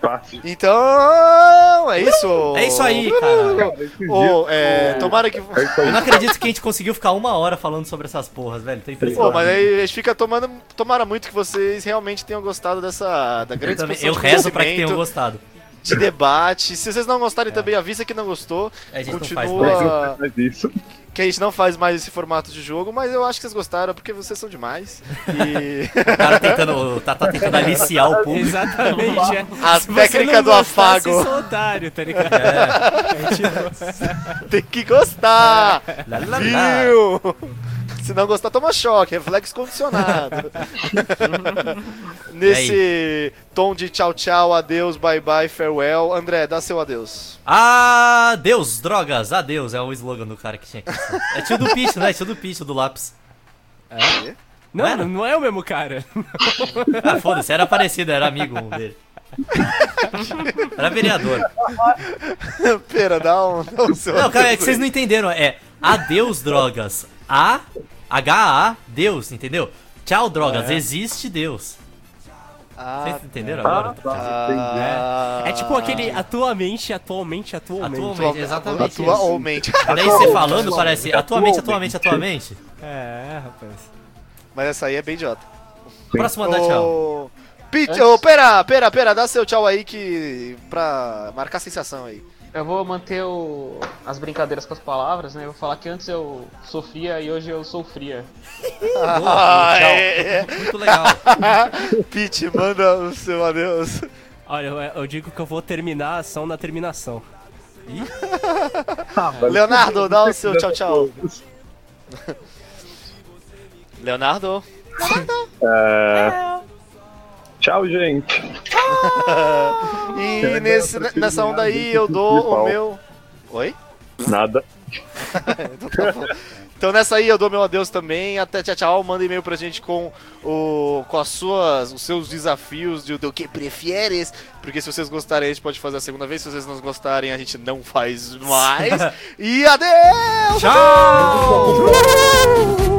Fácil. Então, é isso. É isso aí, cara. Cara, esses dias- Ô, é, tomara que. É isso Eu não aí. acredito que a gente conseguiu ficar uma hora falando sobre essas porras, velho. Tá Pô, impressionante. mas aí a gente fica tomando. Tomara muito que vocês realmente tenham gostado dessa. Da grande Eu, também- expansão eu de rezo pra que conhecimento, tenham gostado. É. De debate. Se vocês não gostarem também, avisa que não gostou. A gente não faz Continua. mais. Mas isso. que a gente não faz mais esse formato de jogo, mas eu acho que vocês gostaram porque vocês são demais. E O cara tentando, tá, tá tentando aliciar o público. Exatamente, é. A Se você técnica não do gostar, afago. É. Você sou otário, tá ligado? tem que gostar! Lá, lá, lá. Viu? Se não gostar, toma choque, reflexo condicionado. Nesse tom de tchau, tchau, adeus, bye bye, farewell. André, dá seu adeus. Adeus, drogas, adeus. É o slogan do cara que tinha que ser. É tio do Picho, né? É tio do Picho, do lápis. Não, Mano. não, não é o mesmo cara. Ah, foda-se, era parecido, era amigo um dele. Era vereador. Pera, dá um. Dá o seu Não, cara, é adeus que vocês aí. não entenderam. É adeus, drogas. A, H-A, Deus, entendeu? Tchau, drogas, existe Deus. Ah, Vocês entenderam Ah, agora? tá. É tipo aquele atualmente, atualmente, atualmente. Atualmente, exatamente. é isso. Atualmente. Daí você falando parece atualmente, atualmente, atualmente. É, rapaz. Mas essa aí é bem idiota. Próximo andar, tchau. Ô, Pete, ô, pera, pera, pera, dá seu tchau aí que. pra marcar a sensação aí. Eu vou manter o- as brincadeiras com as palavras, né? Eu vou falar que antes eu sofria e hoje eu sofria. Boa, é. Muito legal. Pete, manda o seu adeus. Olha, eu, eu digo que eu vou terminar a ação na terminação. Ah, velho, Leonardo, dá o tem seu que dar tchau, essas coisas. Leonardo? É... Tchau, gente. E nesse, prefiro nessa onda Leonardo aí do eu que dou o Filipão. meu. Oi? Nada. Então nessa aí eu dou meu adeus também. Até tchau, tchau. Manda e-mail pra gente com, o, com as suas, os seus desafios de do que prefieres. Porque se vocês gostarem, a gente pode fazer a segunda vez. Se vocês não gostarem, a gente não faz mais. e adeus! Tchau!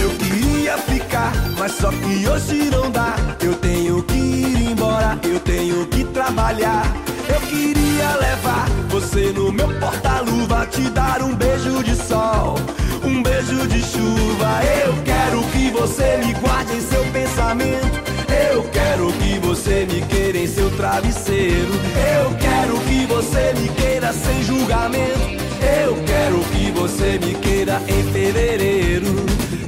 Eu queria ficar, mas só que hoje não dá. Eu tenho que ir embora, eu tenho que trabalhar. Eu queria levar você no meu porta-luva, te dar um beijo de sol, um beijo de chuva. Eu quero que você me guarde em seu pensamento. Eu quero que você me queira em seu travesseiro. Eu quero que você me queira sem julgamento. Eu quero que você me queira em fevereiro.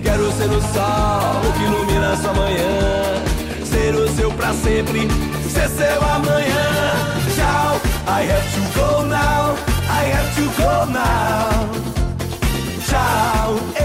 Quero ser o sol que ilumina sua manhã Ser o seu pra sempre, ser seu amanhã Tchau, I have to go now, I have to go now Tchau,